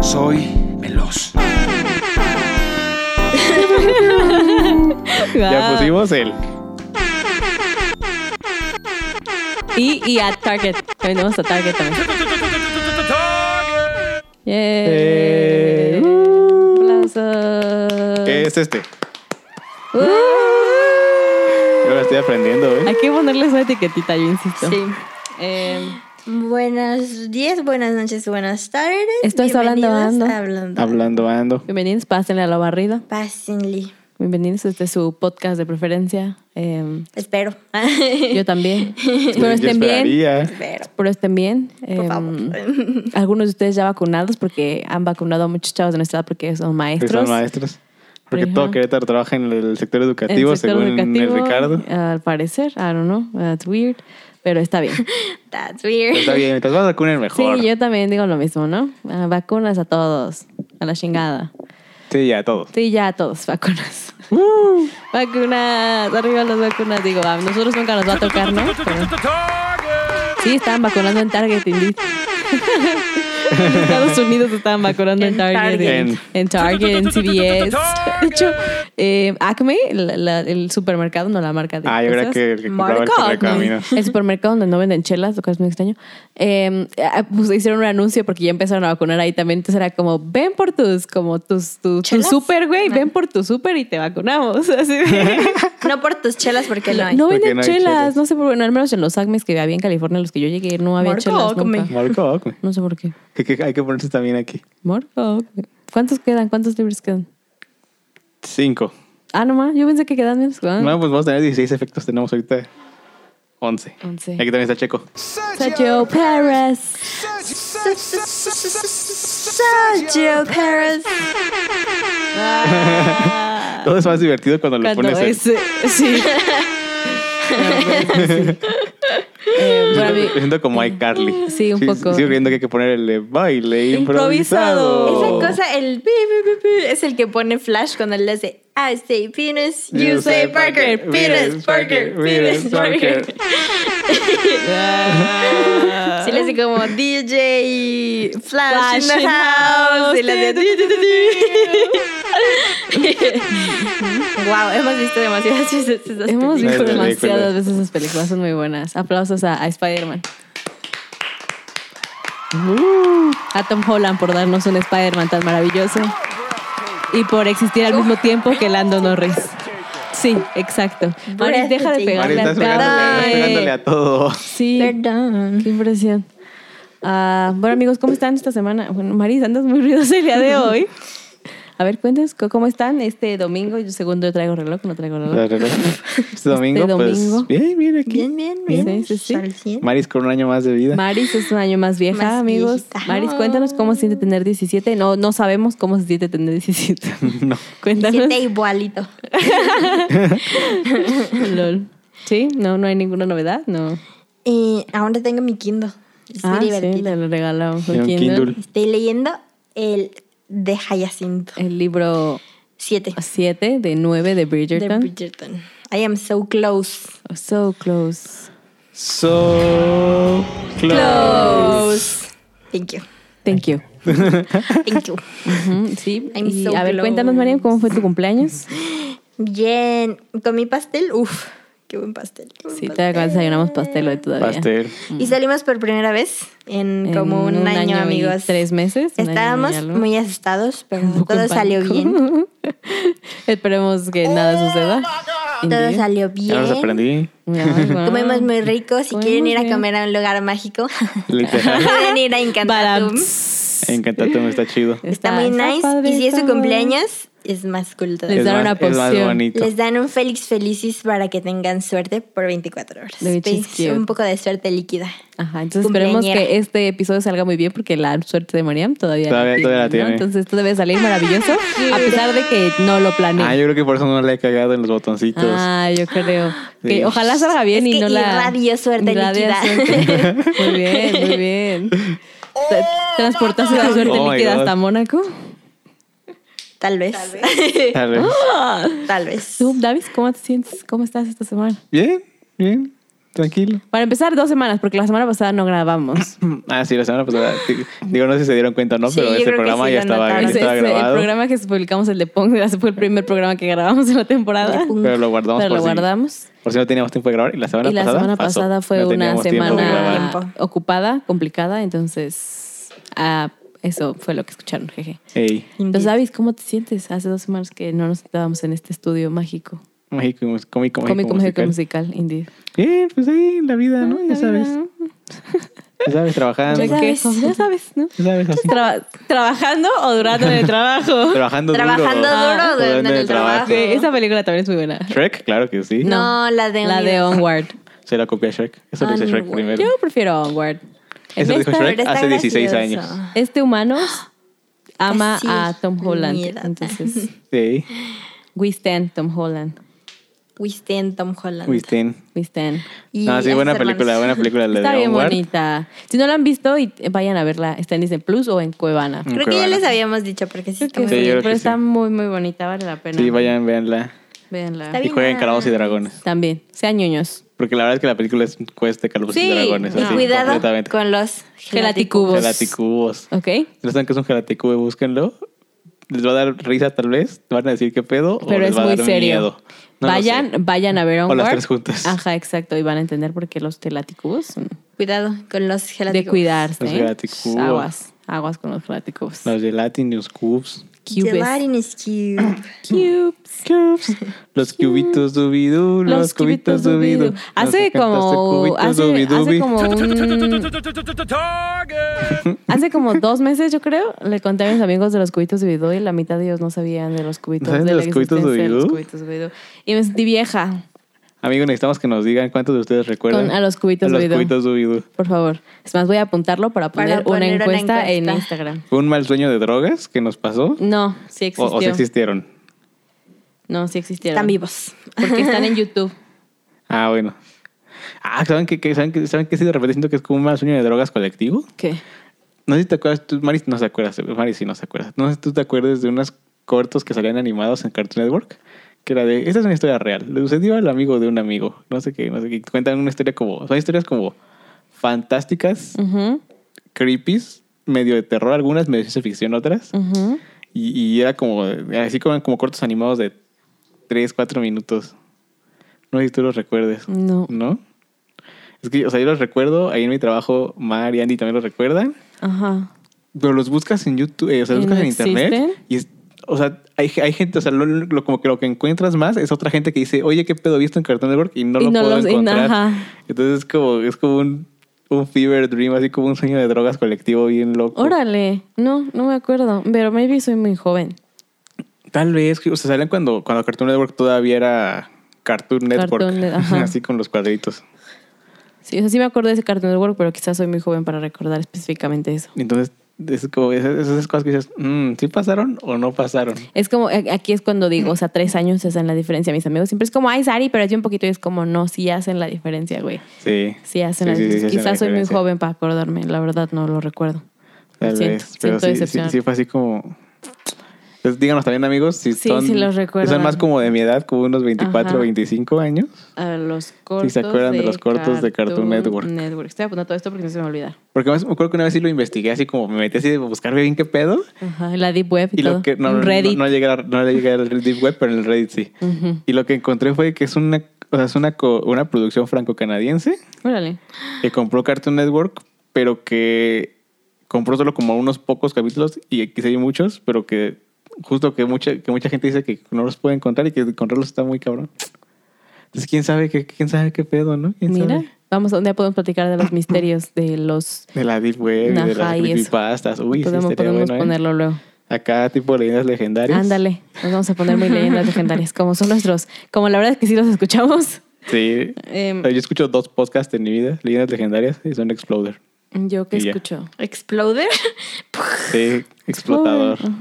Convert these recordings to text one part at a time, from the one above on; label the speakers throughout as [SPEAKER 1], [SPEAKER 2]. [SPEAKER 1] soy veloz.
[SPEAKER 2] Ya
[SPEAKER 3] Guau.
[SPEAKER 2] pusimos el.
[SPEAKER 3] Y, y a Target. Vendemos a Target también.
[SPEAKER 2] Eh,
[SPEAKER 3] Yay.
[SPEAKER 2] uh,
[SPEAKER 3] Aplausos.
[SPEAKER 2] es este.
[SPEAKER 3] Uh.
[SPEAKER 2] Yo lo estoy aprendiendo, ¿eh?
[SPEAKER 3] Hay que ponerle su etiquetita, yo insisto.
[SPEAKER 4] Sí.
[SPEAKER 3] Eh,
[SPEAKER 4] Buenas días, buenas noches, buenas tardes.
[SPEAKER 3] Esto es Hablando
[SPEAKER 4] Bienvenidos
[SPEAKER 3] Ando.
[SPEAKER 4] a Hablando.
[SPEAKER 2] Hablando ando.
[SPEAKER 3] bienvenidos, pásenle a la barrida.
[SPEAKER 4] Pásenle.
[SPEAKER 3] Bienvenidos, este es su podcast de preferencia. Eh,
[SPEAKER 4] Espero.
[SPEAKER 3] yo también.
[SPEAKER 2] Yo
[SPEAKER 3] Espero estén bien.
[SPEAKER 2] esperaría.
[SPEAKER 4] Espero.
[SPEAKER 3] Espero estén bien.
[SPEAKER 4] Por
[SPEAKER 3] Eh,
[SPEAKER 4] favor.
[SPEAKER 3] Algunos de ustedes ya vacunados porque han vacunado a muchos chavos de nuestra edad porque son
[SPEAKER 2] Que
[SPEAKER 3] maestros.
[SPEAKER 2] son maestros. Porque
[SPEAKER 3] Ajá.
[SPEAKER 2] todo Querétaro trabaja en el sector
[SPEAKER 3] En el
[SPEAKER 2] educativo,
[SPEAKER 3] sector
[SPEAKER 2] según
[SPEAKER 3] educativo,
[SPEAKER 2] el Ricardo.
[SPEAKER 3] Al parecer, I don't know, that's weird, pero está bien.
[SPEAKER 4] That's weird.
[SPEAKER 2] Está bien, mientras vas a vacunar
[SPEAKER 3] sí,
[SPEAKER 2] mejor.
[SPEAKER 3] yo también digo lo mismo, ¿no? Ah, vacunas a todos, a la chingada.
[SPEAKER 2] Sí, ya, todo.
[SPEAKER 3] Sí, ya a todos, vacunas. Uh. Vacunas, arriba las vacunas, digo, a nosotros nunca nos va a tocar, ¿no? Pero- Sí, estaban vacunando en Target, indeed. en Estados Unidos estaban vacunando en
[SPEAKER 4] En
[SPEAKER 3] Target,
[SPEAKER 4] Target.
[SPEAKER 3] En, en Target, en CVS. De hecho, eh, Acme, la- la- el supermercado, no la marca de
[SPEAKER 2] Ah, yo creo
[SPEAKER 3] cosas.
[SPEAKER 2] que el que compraba el
[SPEAKER 4] Marco,
[SPEAKER 2] correcamino.
[SPEAKER 3] El supermercado donde no venden chelas, lo cual es muy extraño. eh, ah, pues, hicieron un anuncio porque ya empezaron a vacunar ahí también. Entonces era como, ven por tus, como tus, tu, tu
[SPEAKER 4] ¿Chelas?
[SPEAKER 3] super, güey, ven por tu super y te vacunamos. Así de-
[SPEAKER 4] No por tus chelas porque no hay.
[SPEAKER 3] no
[SPEAKER 2] Porque
[SPEAKER 3] venden
[SPEAKER 2] no hay
[SPEAKER 3] chelas,
[SPEAKER 2] chelas.
[SPEAKER 3] no sé por qué, no, al menos en los Acmes que había en California, los que yo llegué, no había
[SPEAKER 4] Marco,
[SPEAKER 3] chelas.
[SPEAKER 4] come.
[SPEAKER 3] nunca.
[SPEAKER 2] Marco, ok.
[SPEAKER 3] No sé por qué.
[SPEAKER 2] que, que hay que ponerse también aquí.
[SPEAKER 3] Marco. ok. ¿Cuántos quedan? ¿Cuántos libros quedan?
[SPEAKER 2] Cinco.
[SPEAKER 3] Ah, nomás, yo pensé que quedan menos. Ah.
[SPEAKER 2] No, pues vamos a tener 16 efectos. Tenemos ahorita 11.
[SPEAKER 3] Once.
[SPEAKER 2] Aquí también está Checo.
[SPEAKER 3] Sergio Pérez.
[SPEAKER 4] Sergio Perez.
[SPEAKER 3] Ah.
[SPEAKER 2] Todo es más divertido cuando le
[SPEAKER 3] Cuando
[SPEAKER 2] pones
[SPEAKER 3] es,
[SPEAKER 2] el-
[SPEAKER 3] eh, sí. No, pues, sí. Eh,
[SPEAKER 2] Yo
[SPEAKER 3] para mí-
[SPEAKER 2] siento- yo siento como iCarly.
[SPEAKER 3] Sí, un poco.
[SPEAKER 2] Sigo viendo que hay que poner el de baile
[SPEAKER 3] Improvisado.
[SPEAKER 2] improvisado.
[SPEAKER 4] Esa cosa, el pi, pi, pi, pi, es el que pone Flash cuando le hace I say penis, you, say Parker, penis, Parker, penis, Parker.
[SPEAKER 3] Ah.
[SPEAKER 4] Sí le hace como DJ
[SPEAKER 3] Flash
[SPEAKER 4] Flash, in the
[SPEAKER 3] in
[SPEAKER 4] house.
[SPEAKER 3] house.
[SPEAKER 4] Y le hace
[SPEAKER 3] Ti, ti, ti,
[SPEAKER 4] wow, hemos visto demasiadas veces esas
[SPEAKER 3] Hemos visto
[SPEAKER 2] Las
[SPEAKER 4] películas.
[SPEAKER 2] películas.
[SPEAKER 3] demasiadas veces esas películas, son muy buenas. Aplausos a, a Spider-Man.
[SPEAKER 4] Uh.
[SPEAKER 3] A Tom Holland por darnos un Spider-Man tan maravilloso. Y por existir al mismo tiempo que Lando Norris. Sí, exacto. Maris, deja de
[SPEAKER 4] Breathtaking.
[SPEAKER 3] pegarle
[SPEAKER 2] Mari,
[SPEAKER 3] al
[SPEAKER 2] estás pegándole,
[SPEAKER 3] cable.
[SPEAKER 2] estás pegándole a todo.
[SPEAKER 3] Sí.
[SPEAKER 4] Perdón.
[SPEAKER 3] Qué impresión. Ah, bueno, amigos, ¿cómo están esta semana? Bueno, Maris, andas muy ruidosa el día de hoy. A ver, cuéntanos co- cómo están este domingo. Yo segundo yo traigo reloj, no traigo reloj.
[SPEAKER 2] Este domingo,
[SPEAKER 3] domingo.
[SPEAKER 2] pues. Bien, bien aquí.
[SPEAKER 4] Bien, bien, bien.
[SPEAKER 3] Sí, sí, sí.
[SPEAKER 4] Al cien.
[SPEAKER 2] Maris con un año más de vida.
[SPEAKER 3] Maris es un año más vieja,
[SPEAKER 4] Más
[SPEAKER 3] amigos.
[SPEAKER 4] viejita.
[SPEAKER 3] Maris, cuéntanos cómo se siente tener 17. No, no sabemos cómo se siente tener 17.
[SPEAKER 2] No.
[SPEAKER 3] Cuéntanos.
[SPEAKER 4] Siete igualito.
[SPEAKER 3] Lol. Sí, no, no hay ninguna novedad, no.
[SPEAKER 4] Y ahora tengo mi Kindle. Es muy
[SPEAKER 3] ah, sí,
[SPEAKER 4] divertido.
[SPEAKER 3] le regalamos
[SPEAKER 2] Y
[SPEAKER 3] un
[SPEAKER 2] un
[SPEAKER 3] Kindle.
[SPEAKER 2] Kindle.
[SPEAKER 4] Estoy leyendo el de Jacinto.
[SPEAKER 3] El libro
[SPEAKER 4] Siete.
[SPEAKER 3] 7 de 9 de
[SPEAKER 4] De
[SPEAKER 3] Bridgerton. Oh,
[SPEAKER 4] Bridgerton. I am so close.
[SPEAKER 3] so close.
[SPEAKER 2] So close.
[SPEAKER 4] Thank you.
[SPEAKER 3] Thank you.
[SPEAKER 4] Thank you.
[SPEAKER 3] Ujú, sí.
[SPEAKER 4] I'm
[SPEAKER 3] Y
[SPEAKER 4] so
[SPEAKER 3] a ver,
[SPEAKER 4] close.
[SPEAKER 3] cuéntanos, Mariam, ¿cómo fue tu cumpleaños?
[SPEAKER 4] Bien. Con mi pastel, uff, qué buen pastel. qué buen
[SPEAKER 3] Sí, te
[SPEAKER 4] pastel.
[SPEAKER 3] desayunamos pastel hoy todavía.
[SPEAKER 2] Pastel.
[SPEAKER 4] Y salimos por primera vez en,
[SPEAKER 3] En
[SPEAKER 4] como un, año,
[SPEAKER 3] y
[SPEAKER 4] amigos.
[SPEAKER 3] Tres meses. un año y
[SPEAKER 4] Estábamos
[SPEAKER 3] algo.
[SPEAKER 4] muy asustados, pero
[SPEAKER 3] Un poco
[SPEAKER 4] todo
[SPEAKER 3] en
[SPEAKER 4] salió
[SPEAKER 3] pánico.
[SPEAKER 4] bien.
[SPEAKER 3] Esperemos que nada suceda.
[SPEAKER 4] Oh, Todo
[SPEAKER 3] Indeed.
[SPEAKER 4] salió bien.
[SPEAKER 2] Ya los aprendí.
[SPEAKER 3] Ay, guau.
[SPEAKER 4] Comemos muy rico. Si
[SPEAKER 3] Comemos
[SPEAKER 4] quieren ir a
[SPEAKER 3] bien.
[SPEAKER 4] comer a un lugar mágico,
[SPEAKER 2] Literal.
[SPEAKER 4] pueden ir a
[SPEAKER 3] Para-
[SPEAKER 4] Encantatum.
[SPEAKER 2] Encantatum está chido.
[SPEAKER 4] Está, muy nice.
[SPEAKER 3] padre,
[SPEAKER 4] y si es
[SPEAKER 3] está
[SPEAKER 4] su
[SPEAKER 3] padre.
[SPEAKER 4] cumpleaños, es más cool todavía.
[SPEAKER 3] Les
[SPEAKER 2] Es
[SPEAKER 3] dan
[SPEAKER 2] más-
[SPEAKER 3] una
[SPEAKER 2] Es más
[SPEAKER 3] poción.
[SPEAKER 2] bonito.
[SPEAKER 4] Les dan un Félix Felicis para que tengan suerte por 24 horas.
[SPEAKER 3] Which is
[SPEAKER 4] Pues,
[SPEAKER 3] cute.
[SPEAKER 4] un poco de suerte líquida.
[SPEAKER 3] Ajá, entonces esperemos que
[SPEAKER 4] Cumpleañera.
[SPEAKER 3] este episodio salga muy bien porque la suerte de Mariam todavía,
[SPEAKER 2] Todavía- todavía la tiene.
[SPEAKER 3] Entonces esto debe salir maravilloso a pesar de que no lo planeé.
[SPEAKER 2] Ah, yo creo que por eso no le he cagado en los botoncitos.
[SPEAKER 3] Ah, yo creo. Que
[SPEAKER 2] Sí.
[SPEAKER 3] ojalá salga bien
[SPEAKER 4] Es
[SPEAKER 3] y
[SPEAKER 4] que
[SPEAKER 3] no la.
[SPEAKER 4] irradio suerte
[SPEAKER 3] irradia
[SPEAKER 4] líquida.
[SPEAKER 3] suerte. Muy bien, muy bien. Te- ¿Transportaste la suerte
[SPEAKER 2] Oh my
[SPEAKER 3] líquida
[SPEAKER 2] God.
[SPEAKER 3] hasta Mónaco?
[SPEAKER 4] Tal vez.
[SPEAKER 2] Tal vez.
[SPEAKER 4] Tal vez.
[SPEAKER 3] ¿Tú, Davis, cómo te sientes? ¿Cómo estás esta semana?
[SPEAKER 2] Bien, bien. tranquilo.
[SPEAKER 3] Para empezar, dos semanas, porque la semana pasada no grabamos.
[SPEAKER 2] Ah, sí, la semana pasada. sí. Digo, no sé si se dieron cuenta o no,
[SPEAKER 4] Sí,
[SPEAKER 2] pero
[SPEAKER 4] yo
[SPEAKER 2] ese
[SPEAKER 4] creo que
[SPEAKER 2] programa
[SPEAKER 4] sí
[SPEAKER 2] ya
[SPEAKER 4] lo
[SPEAKER 2] estaba, ya
[SPEAKER 4] notaron.
[SPEAKER 3] Ese-
[SPEAKER 2] Ah, estaba
[SPEAKER 3] ese- el
[SPEAKER 2] grabado.
[SPEAKER 3] programa que publicamos, el de Pong, ese fue el primer programa que grabamos en la temporada.
[SPEAKER 2] Pero lo guardamos
[SPEAKER 3] Pero
[SPEAKER 2] por
[SPEAKER 3] lo
[SPEAKER 2] si-
[SPEAKER 3] guardamos.
[SPEAKER 2] Por si no teníamos tiempo de grabar. Y la semana
[SPEAKER 3] Y la
[SPEAKER 2] pasada.
[SPEAKER 3] semana
[SPEAKER 2] pasó.
[SPEAKER 3] pasada fue
[SPEAKER 2] No
[SPEAKER 3] una
[SPEAKER 2] teníamos tiempo de
[SPEAKER 3] semana
[SPEAKER 2] grabar.
[SPEAKER 4] Tiempo.
[SPEAKER 3] ocupada, complicada, entonces ah, eso fue lo que escucharon, jeje.
[SPEAKER 2] Ey,
[SPEAKER 3] Entonces, David, ¿cómo te sientes? Hace dos semanas que no nos estábamos en este estudio mágico,
[SPEAKER 2] México, mus- cómico, México
[SPEAKER 3] cómico, mágico,
[SPEAKER 2] musical.
[SPEAKER 3] musical, indeed.
[SPEAKER 2] Bien, pues ahí la vida, ¿no? Ya sabes. Ya sabes, trabajando.
[SPEAKER 3] Ah, Ya
[SPEAKER 4] Ya
[SPEAKER 3] sabes,
[SPEAKER 4] sabes.
[SPEAKER 3] ya sabes, ¿no?
[SPEAKER 2] Ya sabes, así.
[SPEAKER 3] Traba- ¿Trabajando o durando en el trabajo?
[SPEAKER 2] Trabajando duro.
[SPEAKER 4] Trabajando
[SPEAKER 3] Ah.
[SPEAKER 4] duro
[SPEAKER 2] Durante
[SPEAKER 4] en
[SPEAKER 2] el
[SPEAKER 4] el trabajo.
[SPEAKER 3] Sí, esa película también es muy buena.
[SPEAKER 2] Shrek, claro que sí.
[SPEAKER 4] No, la de
[SPEAKER 3] La de
[SPEAKER 4] Onward.
[SPEAKER 3] Onward.
[SPEAKER 2] Se la copia Shrek. Eso lo dice Shrek
[SPEAKER 4] Onward.
[SPEAKER 2] primero.
[SPEAKER 3] Ah, Yo prefiero Onward. En
[SPEAKER 2] Eso lo dijo
[SPEAKER 3] esta-
[SPEAKER 2] Shrek
[SPEAKER 4] Pero está
[SPEAKER 2] hace 16
[SPEAKER 4] gracioso.
[SPEAKER 2] años.
[SPEAKER 3] Este humanos ama
[SPEAKER 4] Así
[SPEAKER 3] a Tom Holland.
[SPEAKER 4] mierda.
[SPEAKER 3] Entonces,
[SPEAKER 2] Sí.
[SPEAKER 3] we stand Tom Holland.
[SPEAKER 4] We stand Tom Holland.
[SPEAKER 2] Wisten.
[SPEAKER 3] We stand.
[SPEAKER 4] Y
[SPEAKER 2] Ah, sí,
[SPEAKER 4] las
[SPEAKER 2] buena
[SPEAKER 4] hermanas.
[SPEAKER 2] película, buena película la
[SPEAKER 3] Está
[SPEAKER 2] de
[SPEAKER 3] bien
[SPEAKER 2] Onward.
[SPEAKER 3] bonita. Si no la han visto, y eh, vayan a verla. Está en Disney Plus o en Cuevana.
[SPEAKER 2] Mm.
[SPEAKER 4] Creo que ya
[SPEAKER 2] Cuevana.
[SPEAKER 4] les habíamos dicho porque sí
[SPEAKER 3] Creo
[SPEAKER 4] está
[SPEAKER 3] que
[SPEAKER 2] Sí,
[SPEAKER 4] muy
[SPEAKER 2] yo
[SPEAKER 3] sí,
[SPEAKER 2] creo
[SPEAKER 3] pero
[SPEAKER 2] que
[SPEAKER 3] está
[SPEAKER 2] sí.
[SPEAKER 3] muy, muy bonita. Vale la pena.
[SPEAKER 2] Sí, vayan, véanla.
[SPEAKER 3] Véanla.
[SPEAKER 4] Está
[SPEAKER 2] Y
[SPEAKER 4] bien.
[SPEAKER 2] jueguen Calabozos y Dragones.
[SPEAKER 3] También. Sean ñoños.
[SPEAKER 2] Porque la verdad es que la película es cuesta Calabozos y
[SPEAKER 3] Sí,
[SPEAKER 2] Dragones.
[SPEAKER 3] no.
[SPEAKER 4] Y
[SPEAKER 2] así,
[SPEAKER 4] cuidado
[SPEAKER 2] completamente.
[SPEAKER 4] con los
[SPEAKER 3] Gelaticubos.
[SPEAKER 2] Gelaticubos.
[SPEAKER 3] ¿Ok?
[SPEAKER 2] Si no saben que es un gelaticubo, búsquenlo. Les va a dar risa tal vez. Van a decir qué pedo. o
[SPEAKER 3] Pero
[SPEAKER 2] les
[SPEAKER 3] es
[SPEAKER 2] va a
[SPEAKER 3] muy
[SPEAKER 2] dar
[SPEAKER 3] serio.
[SPEAKER 2] miedo. No lo
[SPEAKER 3] vayan,
[SPEAKER 2] sé.
[SPEAKER 3] vayan a ver
[SPEAKER 2] O
[SPEAKER 3] Onward.
[SPEAKER 2] las tres juntas.
[SPEAKER 3] Ajá, exacto. Y van a entender por qué los telaticubos son
[SPEAKER 4] Cuidado con los
[SPEAKER 3] de
[SPEAKER 4] gelaticubos.
[SPEAKER 3] cuidarse.
[SPEAKER 2] Los
[SPEAKER 3] ¿eh?
[SPEAKER 2] gelaticubos.
[SPEAKER 3] Aguas. Aguas con los gelaticubos.
[SPEAKER 2] Los gelatinous cubes.
[SPEAKER 3] Cubes.
[SPEAKER 4] Gelatinous cube.
[SPEAKER 3] Cubes.
[SPEAKER 2] Cubes. Los cubitos dubidú. Los, cubitos dubidú.
[SPEAKER 3] Hace
[SPEAKER 2] Nos encantaste,
[SPEAKER 3] como,
[SPEAKER 2] cubitos
[SPEAKER 3] hace, hace
[SPEAKER 2] dubidubi.
[SPEAKER 3] como un- hace como dos meses yo creo, le conté a mis amigos de los cubitos de Bidú y la mitad de ellos no sabían de los cubitos
[SPEAKER 2] ¿No saben
[SPEAKER 3] de
[SPEAKER 2] de
[SPEAKER 3] la
[SPEAKER 2] los cubitos
[SPEAKER 3] existencia de
[SPEAKER 2] Bidú?
[SPEAKER 3] los cubitos de Bidú. Y me sentí vieja,
[SPEAKER 2] Amigos, necesitamos que nos digan cuántos de ustedes recuerdan.
[SPEAKER 3] Con- a los cubitos
[SPEAKER 2] a los
[SPEAKER 3] dubidú.
[SPEAKER 2] cubitos dubidú.
[SPEAKER 3] por favor. Es más, voy a apuntarlo para poner,
[SPEAKER 4] Para poner
[SPEAKER 3] una,
[SPEAKER 4] una
[SPEAKER 3] encuesta en
[SPEAKER 4] encuesta.
[SPEAKER 3] Instagram.
[SPEAKER 2] ¿Fue un mal sueño de drogas que nos pasó?
[SPEAKER 3] No, sí
[SPEAKER 2] O,
[SPEAKER 3] existió.
[SPEAKER 2] o sí existieron?
[SPEAKER 3] No, sí existieron.
[SPEAKER 4] Están vivos.
[SPEAKER 3] Porque están en YouTube.
[SPEAKER 2] Ah, bueno. Ah, ¿saben qué? qué- ¿Saben qué? ¿Saben qué? Sí, de repente siento que es como un mal sueño de drogas colectivo.
[SPEAKER 3] ¿Qué?
[SPEAKER 2] No sé si te acuerdas, tú, Maris, no se acuerdas, Maris sí no se acuerdas. No sé si tú te acuerdas de unos cortos que salían animados en Cartoon Network, que era de, esta es una historia real, le sucedió al amigo de un amigo, no sé qué, no sé qué, cuentan una historia como, son historias como fantásticas,
[SPEAKER 3] Ujú,
[SPEAKER 2] creepies, medio de terror algunas, medio de ciencia ficción otras,
[SPEAKER 3] ujú.
[SPEAKER 2] y, y era como, así como, como cortos animados de 3, 4 minutos. No sé si tú los recuerdes.
[SPEAKER 3] No.
[SPEAKER 2] ¿No? Es que, o sea, yo los recuerdo, ahí en mi trabajo, Mar y Andy también los recuerdan.
[SPEAKER 3] Ajá.
[SPEAKER 2] Pero los buscas en YouTube, eh, o sea,
[SPEAKER 3] ¿Y
[SPEAKER 2] los buscas
[SPEAKER 3] no
[SPEAKER 2] en internet.
[SPEAKER 3] existen?
[SPEAKER 2] Y es, o sea, hay, ge- hay gente, o sea, lo, lo- como que lo que encuentras más es otra gente que dice, oye, qué pedo vi esto en Cartoon Network y no
[SPEAKER 3] Y
[SPEAKER 2] lo
[SPEAKER 3] no
[SPEAKER 2] puedo
[SPEAKER 3] los- y no-
[SPEAKER 2] encontrar.
[SPEAKER 3] ajá.
[SPEAKER 2] Entonces es como, es como un, un fever dream, así como un sueño de drogas colectivo bien loco.
[SPEAKER 3] Órale. No, no me acuerdo. Pero maybe soy muy joven.
[SPEAKER 2] Tal vez, o sea, salían cuando, cuando Cartoon Network todavía era Cartoon Network.
[SPEAKER 3] Cartoon Net- ajá.
[SPEAKER 2] así con los cuadritos.
[SPEAKER 3] Sí, o sea, sí me acuerdo de ese Cartoon Network, pero quizás soy muy joven para recordar específicamente eso.
[SPEAKER 2] Entonces, es como esas, esas cosas que dices, "Mm, ¿sí pasaron o no pasaron?
[SPEAKER 3] Es como, a- aquí es cuando digo, o sea, tres años hacen la diferencia. Mis amigos siempre es como, ay, Sari, pero es un poquito y es como, no, sí hacen la diferencia, güey.
[SPEAKER 2] Sí.
[SPEAKER 3] Sí hacen la
[SPEAKER 2] Sí, sí, sí,
[SPEAKER 3] diferencia.
[SPEAKER 2] sí hacen la
[SPEAKER 3] quizás soy
[SPEAKER 2] diferencia.
[SPEAKER 3] muy joven para acordarme, la verdad no lo recuerdo. Lo
[SPEAKER 2] Tal
[SPEAKER 3] siento,
[SPEAKER 2] vez,
[SPEAKER 3] siento
[SPEAKER 2] pero sí, sí,
[SPEAKER 3] decepcionar.
[SPEAKER 2] sí fue así como... Entonces, díganos también, amigos, si
[SPEAKER 3] Sí,
[SPEAKER 2] son...
[SPEAKER 3] sí los recuerdan.
[SPEAKER 2] Son más como de mi edad, como unos 24,
[SPEAKER 3] Ajá.
[SPEAKER 2] 25 años.
[SPEAKER 3] A los cortos.
[SPEAKER 2] acuerdan de los cortos de Cartoon Network.
[SPEAKER 3] Estoy apuntando todo esto porque no se me va a olvidar.
[SPEAKER 2] Porque más- me acuerdo que una vez sí lo investigué, así como me metí así de buscar bien qué pedo.
[SPEAKER 3] Ajá, la Deep Web y,
[SPEAKER 2] Y
[SPEAKER 3] todo.
[SPEAKER 2] lo que... No, no,
[SPEAKER 3] Reddit.
[SPEAKER 2] No, llegué, a- no llegué al Reddit Web, pero en el Reddit sí.
[SPEAKER 3] Ujú.
[SPEAKER 2] Y lo que encontré fue que es una, o sea, es una, co- una producción franco-canadiense
[SPEAKER 3] Órale.
[SPEAKER 2] que compró Cartoon Network, pero que compró solo como unos pocos capítulos y aquí sí hay muchos, pero que justo que mucha, que mucha gente dice que no los puede encontrar y que encontrarlos está muy cabrón. Entonces, quién sabe qué, quién sabe qué pedo, ¿no? ¿Quién
[SPEAKER 3] Mira,
[SPEAKER 2] sabe?
[SPEAKER 3] vamos a un día podemos platicar de los misterios de los...
[SPEAKER 2] De la Deep Web, y de
[SPEAKER 3] Ajá,
[SPEAKER 2] las
[SPEAKER 3] y eso.
[SPEAKER 2] creepypastas. Uy, sí,
[SPEAKER 3] podemos
[SPEAKER 2] estaría
[SPEAKER 3] podemos
[SPEAKER 2] bueno, ¿eh?
[SPEAKER 3] ponerlo luego.
[SPEAKER 2] Acá tipo leyendas legendarias.
[SPEAKER 3] Ándale, nos vamos a poner muy leyendas legendarias, como son nuestros, como la verdad es que sí los escuchamos.
[SPEAKER 2] Sí.
[SPEAKER 3] Em,
[SPEAKER 2] Yo escucho dos podcasts en mi vida, leyendas legendarias y son Exploder.
[SPEAKER 3] yo que
[SPEAKER 2] y ya.
[SPEAKER 3] escucho.
[SPEAKER 4] Exploder.
[SPEAKER 2] Sí, explotador.
[SPEAKER 3] Ajá.